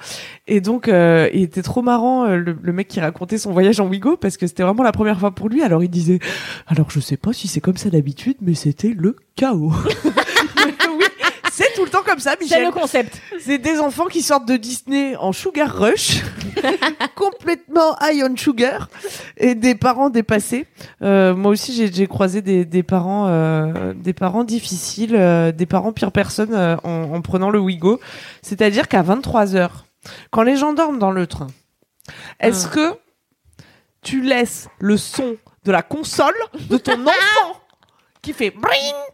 B: Et donc, euh, il était trop marrant euh, le, le mec qui racontait son voyage en Wigo parce que c'était vraiment la première fois pour lui. Alors il disait, alors je sais pas si c'est comme ça d'habitude, mais c'était le chaos. oui, c'est tout le temps comme ça,
D: C'est
B: Michel.
D: le concept.
B: C'est des enfants qui sortent de Disney en Sugar Rush, complètement high on sugar, et des parents dépassés. Euh, moi aussi, j'ai- j'ai croisé des, des parents, euh, des parents difficiles, euh, des parents pire personne euh, en, en prenant le Wigo. C'est-à-dire qu'à 23 heures, quand les gens dorment dans le train, est-ce que tu laisses le son de la console de ton enfant qui fait bring,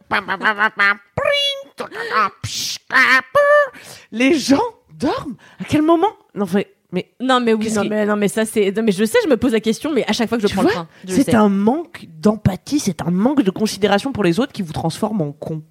B: pam, pam, pam, pam, pam, bring, ta, ta, ta, psh, ta, purr. les gens dorment à quel moment non mais, mais
D: Non mais oui,
B: Qu'est-ce
D: non
B: qui-
D: mais, non mais ça c'est non mais je sais, je me pose la question mais à chaque fois que je
B: Tu
D: prends
B: vois,
D: le train, je le
B: c'est
D: sais.
B: un manque d'empathie c'est un manque de considération pour les autres qui vous transforme en con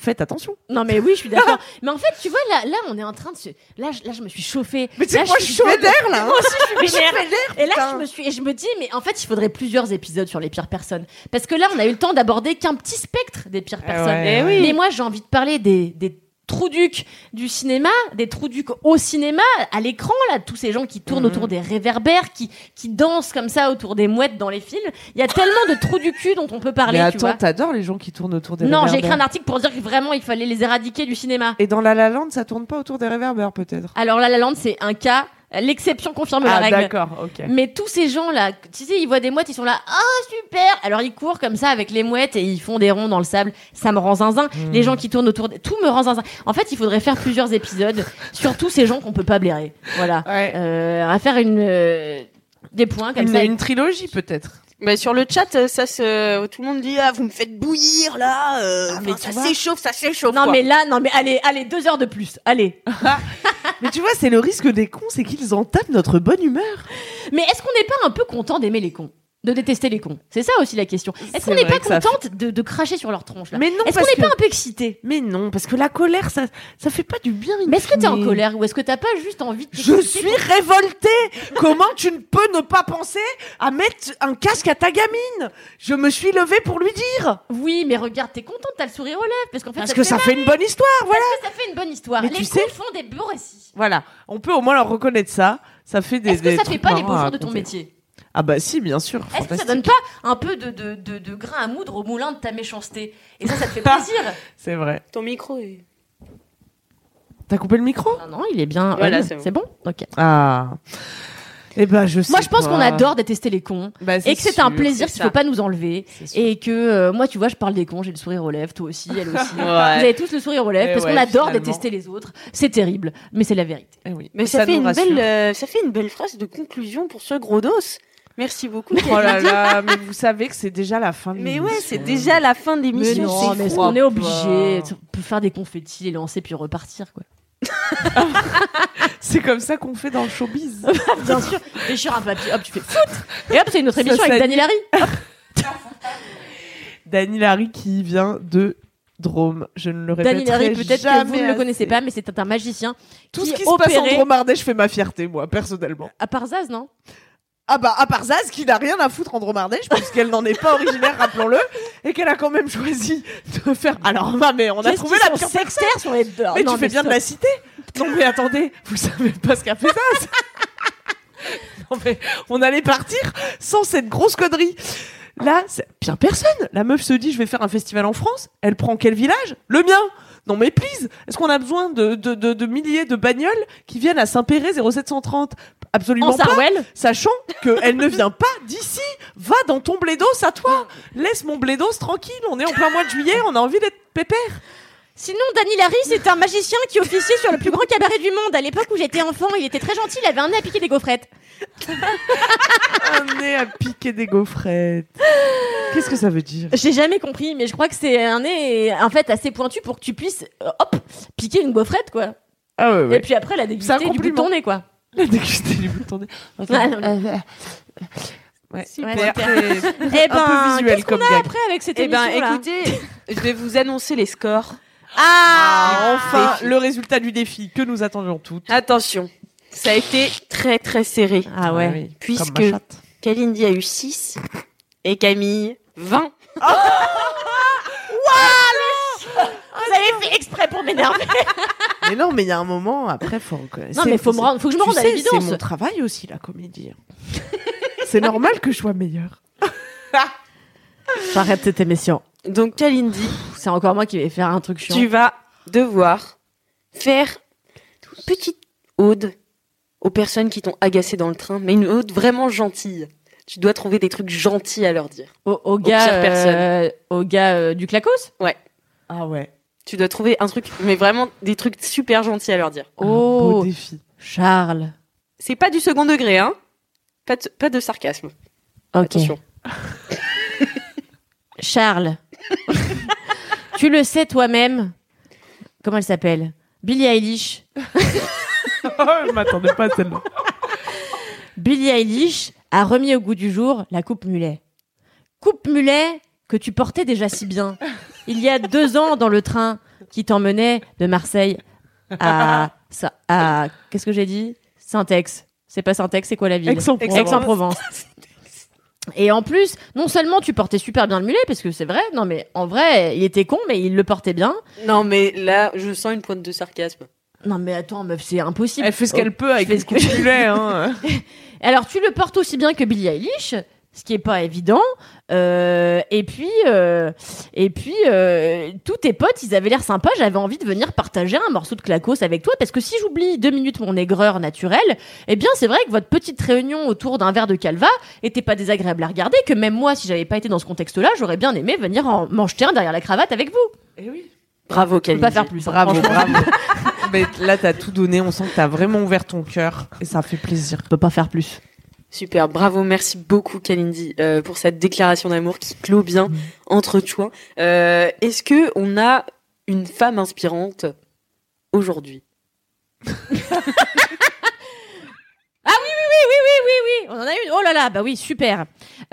B: faites attention
D: Non mais oui, je suis d'accord. mais en fait, tu vois là là on est en train de se là je, là je me suis chauffée.
B: mais
D: Là,
B: c'est moi je suis
D: chaude.
B: fédère là hein.
D: Moi aussi, je suis
B: Mais je suis
D: vénère.
B: fédère,
D: Et là,
B: putain.
D: je me suis, et je me dis, mais en fait, il faudrait plusieurs épisodes sur les pires personnes. Parce que là, on a eu le temps d'aborder qu'un petit spectre des pires
B: Eh
D: personnes.
B: ouais, Eh ouais.
D: Mais moi, j'ai envie de parler des, des trous ducs du cinéma, des trous ducs au cinéma, à l'écran, là, tous ces gens qui tournent autour
B: Mhm.
D: des réverbères, qui, qui dansent comme ça autour des mouettes dans les films. Il y a tellement de trous du cul dont on peut parler,
B: mais
D: tu
B: attends
D: vois.
B: t'adores les gens qui tournent autour des
D: Non, j'ai écrit
B: réverbères.
D: un article pour dire que vraiment, il fallait les éradiquer du cinéma.
B: et dans La La Land ça tourne pas autour des réverbères peut-être
D: Alors là, la lande, c'est un cas, l'exception confirme Ah, la
B: ah
D: règle.
B: d'accord ok
D: Mais tous ces gens-là, tu sais, ils voient des mouettes, ils sont là, oh super Alors ils courent comme ça avec les mouettes et ils font des ronds dans le sable. Ça me rend zinzin.
B: Hmm.
D: Les gens qui tournent autour, de... tout me rend zinzin. En fait, il faudrait faire plusieurs épisodes sur tous ces gens qu'on peut pas blairer. Voilà.
B: Ouais.
D: Euh, on va faire une euh, des points comme
B: une,
D: ça.
B: une trilogie peut-être
A: Mais sur le chat, euh, ça se, tout le monde dit ah vous me faites bouillir là, euh,
B: Ah,
A: mais
B: non,
A: ça
B: tu vois.
A: s'échauffe, ça s'échauffe.
D: Non
A: quoi.
D: mais là, non mais allez, allez deux heures de plus, allez.
B: mais tu vois c'est le risque des cons c'est qu'ils en tapent notre bonne humeur
D: Mais est-ce qu'on n'est pas un peu content d'aimer les cons, de détester les cons C'est ça aussi la question.
B: C'est
D: Est-ce qu'on n'est
B: vrai
D: pas
B: que ça
D: contente de, de cracher sur leur tronche là
B: mais non
D: Est-ce qu'on
B: parce
D: n'est
B: que
D: pas un peu excité
B: Mais non, parce que la colère, ça, ça fait pas du bien. in
D: Mais est-ce que t'es en
B: fine.
D: colère ou est-ce que t'as pas juste envie de
B: Je suis révoltée. Comment tu ne peux ne pas penser à mettre un casque à ta gamine Je me suis levée pour lui dire
D: Oui, mais regarde, t'es contente, t'as le sourire aux lèvres parce qu'en fait,
B: parce
D: ça,
B: que
D: fait
B: ça fait une bonne histoire, voilà.
D: mal, ça fait une bonne histoire.
B: Mais
D: les
B: tu
D: cons
B: sais-
D: font des beaux récits.
B: Voilà, on peut au moins leur reconnaître ça. Ça fait des.
D: Est-ce que
B: des
D: ça fait
B: trucs
D: pas les beaux
B: marrants à
D: jours de ton
B: raconter.
D: métier
B: Ah bah si, bien sûr.
D: Est-ce que ça
B: fantastique.
D: donne pas un peu de, de, de, de grain à moudre au moulin de ta méchanceté Et ça, ça te fait plaisir
B: C'est vrai.
A: Ton micro est.
B: T'as coupé le micro
D: Ah Non, non, il est bien.
A: Voilà,
D: on.
A: c'est bon.
D: bon. Ok.
B: Ah. Eh ben, je sais
D: Moi, je pense
B: pas.
D: qu'on adore détester les cons
E: Bah,
D: et que c'est un plaisir
A: c'est
D: qu'il faut
A: ça.
D: pas nous enlever. Et que euh, moi, tu vois, je parle des cons, j'ai le sourire aux lèvres, toi aussi, elle aussi. Vous avez tous le sourire aux lèvres
E: Eh
D: parce
E: ouais,
D: qu'on adore
E: finalement.
D: détester les autres. C'est terrible, mais c'est la vérité.
E: Eh oui.
F: Mais ça, fait une belle, euh, ça fait une belle phrase de conclusion pour ce gros dos. Merci beaucoup.
B: Oh là là, mais vous savez que c'est déjà la fin de
F: mais ouais, c'est
B: l'émission.
F: déjà la fin de
D: Mais
F: l'émission.
D: non,
F: c'est
D: mais est-ce
F: froid.
D: qu'on est obligé de faire des confettis, les lancer puis repartir quoi
B: C'est comme ça qu'on fait dans le showbiz.
D: Bien sûr, déchire un papier, hop, tu fais foot Et hop, c'est une autre
B: Ça
D: émission avec
B: s'anime.
D: Daniel Harry.
B: Dany Larry qui vient de Drôme. Je ne le répéterai
D: Daniel Harry, peut-être que vous
B: jamais
D: ne le
B: assez.
D: connaissez pas, mais c'est un magicien.
B: Tout ce
D: qui
B: qui se passe en
D: opérait-
B: Dromardais, je fais ma fierté, moi, personnellement.
D: À part Zaz, non
B: Ah bah, à part Zaz, qui n'a rien à foutre en Dromardèche, parce qu'elle n'en est pas originaire, rappelons-le, et qu'elle a quand même choisi de faire... Alors, bah, mais on a
D: Qu'est-ce
B: trouvé
D: qu'ils
B: la
D: sont
B: pire
D: sectaires sur les deux.
B: Mais
D: Ah, Non,
B: tu fais bien de la cité Non mais attendez, vous savez pas ce qu'a fait Zaz Non mais on allait partir sans cette grosse connerie Là, c'est pire personne La meuf se dit je vais faire un festival en France, elle prend quel village Le mien non mais please, est-ce qu'on a besoin de, de, de- de milliers de bagnoles qui viennent à Saint-Péret 0730 Absolument
D: En
B: pas,
D: Sarwell
B: sachant qu'elle ne vient pas d'ici. Va dans ton blédos à toi. Laisse mon blédos tranquille, on est en plein mois de juillet, on a envie d'être pépère.
D: Sinon, Daniel Harry, c'est un magicien qui officiait sur le plus grand cabaret du monde. À l'époque où j'étais enfant, il était très gentil, il avait un nez à piquer des gaufrettes.
B: un nez à piquer des gaufrettes. Qu'est-ce que ça veut dire
D: J'ai jamais compris, mais je crois que c'est un nez, en fait, assez pointu pour que tu puisses, euh, hop, piquer une gaufrette, quoi.
B: Ah ouais,
D: Et puis après, la
B: C'est un
D: déguster du bout de
B: compliment.
D: ton nez, quoi.
B: La dégusté du bouton de-
D: Ouais, non, mais-
B: Ouais.
D: Super.
B: Un
D: Eh ben,
B: peu
D: qu'est-ce
B: visuel
D: qu'on
B: comme
D: a
B: gag.
D: après avec cette
A: Eh ben,
D: émission
A: écoutez, je vais vous annoncer les scores.
B: Ah, enfin, le résultat du défi que nous attendions toutes.
A: Attention, ça a été très très serré.
D: Ah ouais.
B: oui,
F: Puisque-
B: comme ma chatte.
F: Kalindi a eu 6 et Camille 20.
D: Vous avez fait exprès pour m'énerver.
B: Mais non, mais il y a un moment, après, faut reconnaître.
D: Non,
B: c'est-
D: mais faut me rendre, faut que je me
B: Tu
D: rende à
B: sais, C'est
D: l'évidence.
B: mon travail aussi, la comédie. c'est normal que je sois meilleure.
D: J'arrête cette émission.
A: Donc Kalindi,
D: C'est encore moi qui vais faire un truc chiant.
A: tu vas devoir faire une petite ode aux personnes qui t'ont agacé dans le train, mais une ode vraiment gentille. Tu dois trouver des trucs gentils à leur dire.
D: Au, au gars,
A: pire personne.
D: euh, au gars euh, du clacos
B: Ah ouais.
A: Tu dois trouver un truc, mais vraiment des trucs super gentils à leur dire.
B: Oh.
D: Oh,
B: défi.
D: Charles.
A: C'est pas du second degré, hein pas de, pas de sarcasme.
D: Ok.
A: Attention.
D: Charles. tu le sais toi-même. Comment elle s'appelle Billie Eilish.
B: je m'attendais pas à celle-là.
D: Billie Eilish a remis au goût du jour la coupe mulet. Coupe mulet que tu portais déjà si bien. Il y a deux ans dans le train qui t'emmenait de Marseille à... Sa- à Qu'est-ce que j'ai dit Syntex. C'est pas Syntex, c'est quoi la ville
B: Aix-en-Provence.
D: Aix-en-Provence. Et en plus, non seulement tu portais super bien le mulet, parce que c'est vrai, non mais en vrai, il était con, mais il le portait bien.
A: Non, mais là, je sens une pointe de sarcasme.
D: Non mais attends, meuf, c'est impossible.
B: Elle fait Oh, ce qu'elle peut avec
D: Je fais
B: les
D: ce
B: coups de mulet, hein.
D: Alors, tu le portes aussi bien que Billie Eilish, ce qui est pas évident. Euh, et puis, euh, et puis euh, tous tes potes, ils avaient l'air sympas. J'avais envie de venir partager un morceau de clacos avec toi. Parce que si j'oublie deux minutes mon aigreur naturelle, eh bien, c'est vrai que votre petite réunion autour d'un verre de calva était pas désagréable à regarder. Que même moi, si j'avais pas été dans ce contexte-là, j'aurais bien aimé venir en m'enjeter un derrière la cravate avec vous.
A: Bravo,
D: Je peux
A: Kalindi.
D: pas faire plus. hein,
B: Bravo,
D: franchement.
B: bravo. Mais là, t'as tout donné. On sent que t'as vraiment ouvert ton cœur et ça fait plaisir.
D: Je peux pas faire plus.
A: Super, bravo, merci beaucoup Kalindi euh, pour cette déclaration d'amour qui clôt
D: Mm.
A: bien entre toi. Euh, Est-ce que on a une femme inspirante aujourd'hui
D: Ah Oui, on en a une. Oh là là, bah oui, super.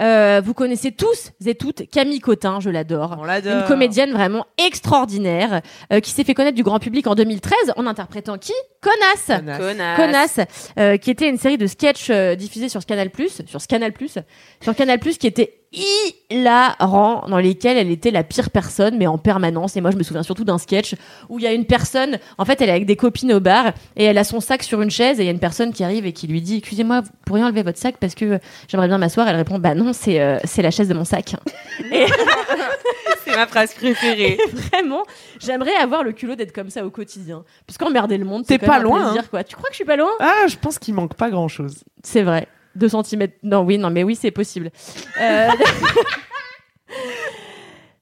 D: Euh, vous connaissez tous et toutes Camille Cotin, je l'adore.
B: l'adore.
D: Oh, Une comédienne vraiment extraordinaire euh, qui s'est fait connaître du grand public en 2013 en interprétant qui Connasse.
A: Connasse.
D: Connasse, euh, qui était une série de sketchs euh, diffusés sur Canal+, sur Canal+, sur Canal+, qui était hilarant, dans lesquels elle était la pire personne, mais en permanence. Et moi, je me souviens surtout d'un sketch où il y a une personne, en fait, elle est avec des copines au bar, et elle a son sac sur une chaise, et il y a une personne qui arrive et qui lui dit « Excusez-moi, vous pourriez enlever votre sac parce que j'aimerais bien m'asseoir ?» Elle répond « Bah non, c'est euh, c'est la chaise de mon sac. »
A: C'est ma phrase préférée.
D: Vraiment, j'aimerais avoir le culot d'être comme ça au quotidien. Parce qu'emmerder le monde,
B: T'es
D: c'est quand même
B: pas
D: un
B: loin, hein.
D: plaisir, quoi. Tu crois que je suis pas loin
B: Ah, je pense qu'il manque pas grand chose.
D: C'est vrai. 2 cm. Non, oui, non, mais oui, c'est possible. Euh,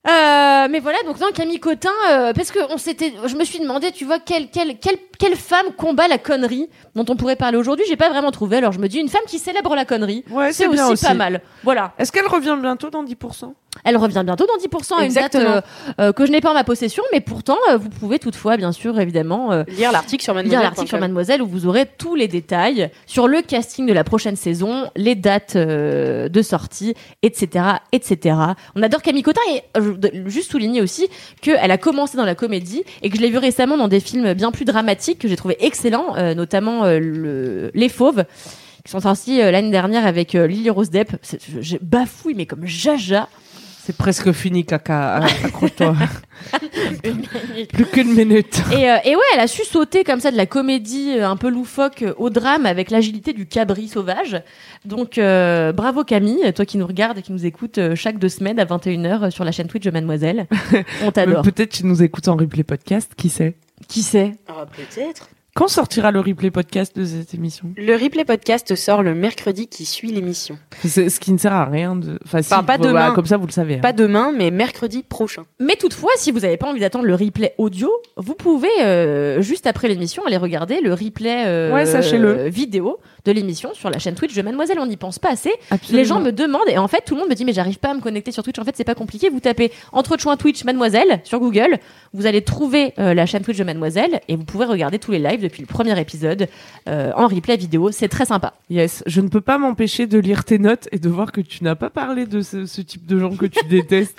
D: euh, mais voilà, donc non, Camille Cotin, euh, parce que on s'était, je me suis demandé, tu vois, quelle, quelle, quelle, quelle femme combat la connerie dont on pourrait parler aujourd'hui, j'ai pas vraiment trouvé, alors je me dis, une femme qui célèbre la connerie,
B: Ouais,
D: c'est
B: c'est bien
D: aussi, pas
B: aussi.
D: mal. Voilà,
B: Est-ce qu'elle revient bientôt dans 10%
D: elle revient bientôt dans 10% à une
F: Exactement.
D: date euh, euh, que je n'ai pas en ma possession, mais pourtant, euh, vous pouvez toutefois, bien sûr, évidemment, euh,
F: Lire l'article sur Mademoiselle.
D: lire l'article sur Mademoiselle où vous aurez tous les détails sur le casting de la prochaine saison, les dates euh, de sortie, etc., etc. On adore Camille Cotin et euh, je voudrais juste souligner aussi qu'elle a commencé dans la comédie et que je l'ai vue récemment dans des films bien plus dramatiques que j'ai trouvé excellents, euh, notamment euh, le- Les Fauves qui sont sortis euh, l'année dernière avec euh, Lily Rose Depp. C'est- je- J'ai bafouille mais comme jaja.
B: C'est presque fini, caca. Accroche-toi. Plus qu'une minute.
D: Et, euh, et ouais, elle a su sauter comme ça de la comédie euh, un peu loufoque euh, au drame avec l'agilité du cabri sauvage. Donc euh, bravo Camille, toi qui nous regardes et qui nous écoutes euh, chaque deux semaines à 21h euh, sur la chaîne Twitch de Mademoiselle. On
B: Mais
D: t'adore.
B: Peut-être tu nous écoutes en replay podcast, qui sait
D: qui sait
F: Ah, peut-être.
B: Quand sortira le replay podcast de cette émission
F: Le replay podcast sort le mercredi qui suit l'émission.
B: C'est ce qui ne sert à rien de. Enfin, si,
F: Enfin, pas
B: bah,
F: demain.
B: comme ça, vous le savez. hein.
F: Pas demain, mais mercredi prochain.
D: Mais toutefois, si vous n'avez pas envie d'attendre le replay audio, vous pouvez euh, juste après l'émission aller regarder le replay euh,
B: Ouais, sachez-le.
D: vidéo de l'émission sur la chaîne Twitch de Mademoiselle. On n'y pense pas assez.
B: Absolument.
D: Les gens me demandent et en fait tout le monde me dit mais j'arrive pas à me connecter sur Twitch. En fait c'est pas compliqué. Vous tapez entre autres joint Twitch Mademoiselle sur Google, vous allez trouver euh, la chaîne Twitch de Mademoiselle et vous pouvez regarder tous les lives depuis le premier épisode euh, en replay vidéo. C'est très sympa.
B: Yes, je ne peux pas m'empêcher de lire tes notes et de voir que tu n'as pas parlé de ce, ce type de gens que tu détestes.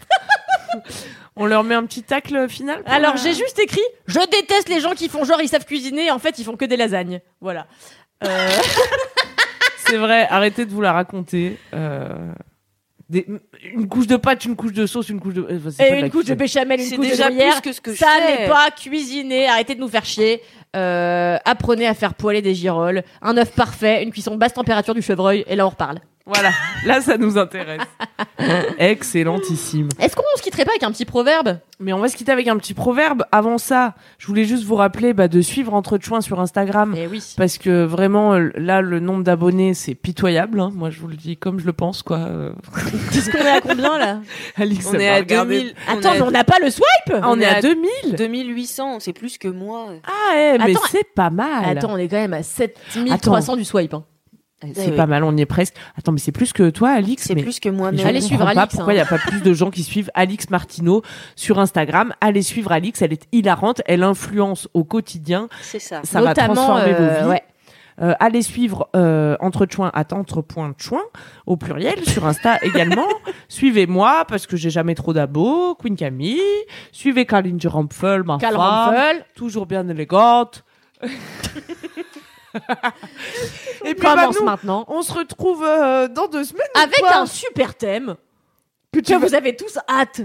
B: On leur met un petit tacle final pour
D: Alors
B: la-
D: j'ai juste écrit je déteste les gens qui font genre ils savent cuisiner en fait ils font que des lasagnes. Voilà. Euh,
B: C'est vrai, arrêtez de vous la raconter. euh, des- Une couche de pâte, une couche de sauce, une couche de. enfin, c'est pas
D: et
B: de la
D: une couche
B: cuisine.
D: de béchamel, une
F: C'est
D: couche de
F: déjà
D: gruyère.
F: plus que ce que je
D: ça
F: fais.
D: n'est pas cuisiner. Arrêtez de nous faire chier. Euh, apprenez à faire poêler des girolles, un œuf parfait, une cuisson basse température du chevreuil, et là on reparle.
B: Voilà, là ça nous intéresse. Excellentissime.
D: Est-ce qu'on se quitterait pas avec un petit proverbe
B: Mais on va se quitter avec un petit proverbe. Avant ça, je voulais juste vous rappeler bah, de suivre Entre Chouins sur Instagram.
D: Eh oui.
B: Parce que vraiment, l- là, le nombre d'abonnés, c'est pitoyable. hein. Moi, je vous le dis comme je le pense, quoi. Euh,
D: Qu'est-ce qu'on est à combien là
B: Alix,
F: On
B: elle
F: est,
B: va
F: à
B: regarder.
F: 2000, on
D: Attends,
F: est
D: mais
F: à
D: on n'a pas le swipe
B: Ah,
F: on
B: on, est
F: est
B: à
F: à
B: 2000
F: 2800, c'est plus que moi.
B: Ah, eh, mais
D: Attends.
B: c'est pas mal.
D: Ah, Attends, on est quand même à 7300 du swipe. hein.
B: C'est pas mal, on y est presque. Attends, mais c'est plus que toi, Alix.
F: Euh, C'est
B: mais-
F: plus que moi.
B: mais
F: même.
B: je
D: Allez
B: comprends
D: suivre
B: pas
D: Alix,
B: Pourquoi
F: hein.
B: il n'y a pas plus de gens qui suivent Alix Martineau sur Instagram Allez suivre Alix, elle est hilarante, elle influence au quotidien.
F: C'est ça.
B: Ça va
D: Notamment,
B: transformer
D: euh,
B: vos vies.
D: ouais.
B: Euh, allez suivre euh, Entrechoin à Entre.choin au pluriel sur Insta également. Suivez-moi parce que j'ai jamais trop d'abos. Queen Camille. Suivez Karline Rampfel, ma
D: Karl
B: femme,
D: Rampfel.
B: Toujours bien élégante. Et puis bah,
D: commence
B: nous,
D: maintenant
B: on se retrouve euh, dans deux semaines.
D: avec
B: quoi
D: un super thème
B: Que
D: que vous avez tous hâte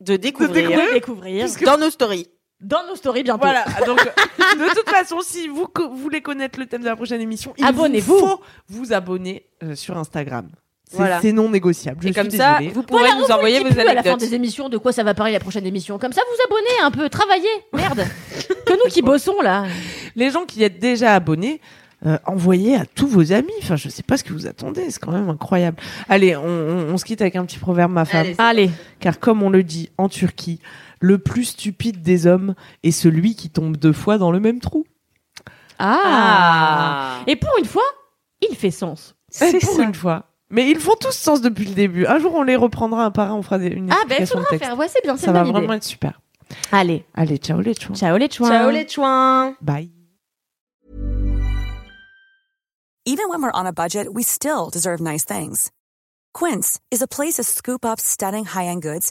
F: De
D: de
F: découvrir
D: découvrir
F: dans nos stories.
D: dans nos stories bientôt.
B: Voilà. Donc, euh, de toute façon, si vous co- voulez connaître le thème de la prochaine émission, il
D: Abonnez-vous.
B: faut vous abonner euh, sur Instagram. C'est
F: Voilà.
B: c'est non négociable. Je
F: Et
B: suis
F: comme ça,
B: désolée.
F: vous pourrez nous envoyer
D: Dis
F: vos
D: plus à la fin
F: anecdotes.
D: des émissions de quoi ça va parler la prochaine émission. Comme ça, vous abonnez un peu, travaillez, merde. que nous qui bossons là.
B: les gens qui êtes déjà abonnés, euh, envoyez à tous vos amis. Enfin, je sais pas ce que vous attendez, c'est quand même incroyable. Allez, on, on- on se quitte avec un petit proverbe, ma femme.
F: Allez,
D: Allez,
B: Car comme on le dit en Turquie, le plus stupide des hommes est celui qui tombe deux fois dans le même trou.
D: ah. Et pour une fois, il fait sens.
B: Eh,
F: C'est
B: pour
F: ça.
B: une fois. Mais ils font tous sens depuis le début. Un jour, on les reprendra un par un, on fera des, une
D: Ah ben,
B: explication
D: il
B: de
D: faudra
B: texte.
D: faire. Ouais, c'est bien, c'est
B: Ça
D: une
B: va
D: bonne
B: vraiment
D: idée.
B: être super.
D: Allez,
B: Allez, ciao les chouins.
D: ciao les chouins.
F: Ciao les chouins
B: Bye.
G: Even when we're on a budget, we still deserve nice things. Quince is a place to scoop up stunning high end goods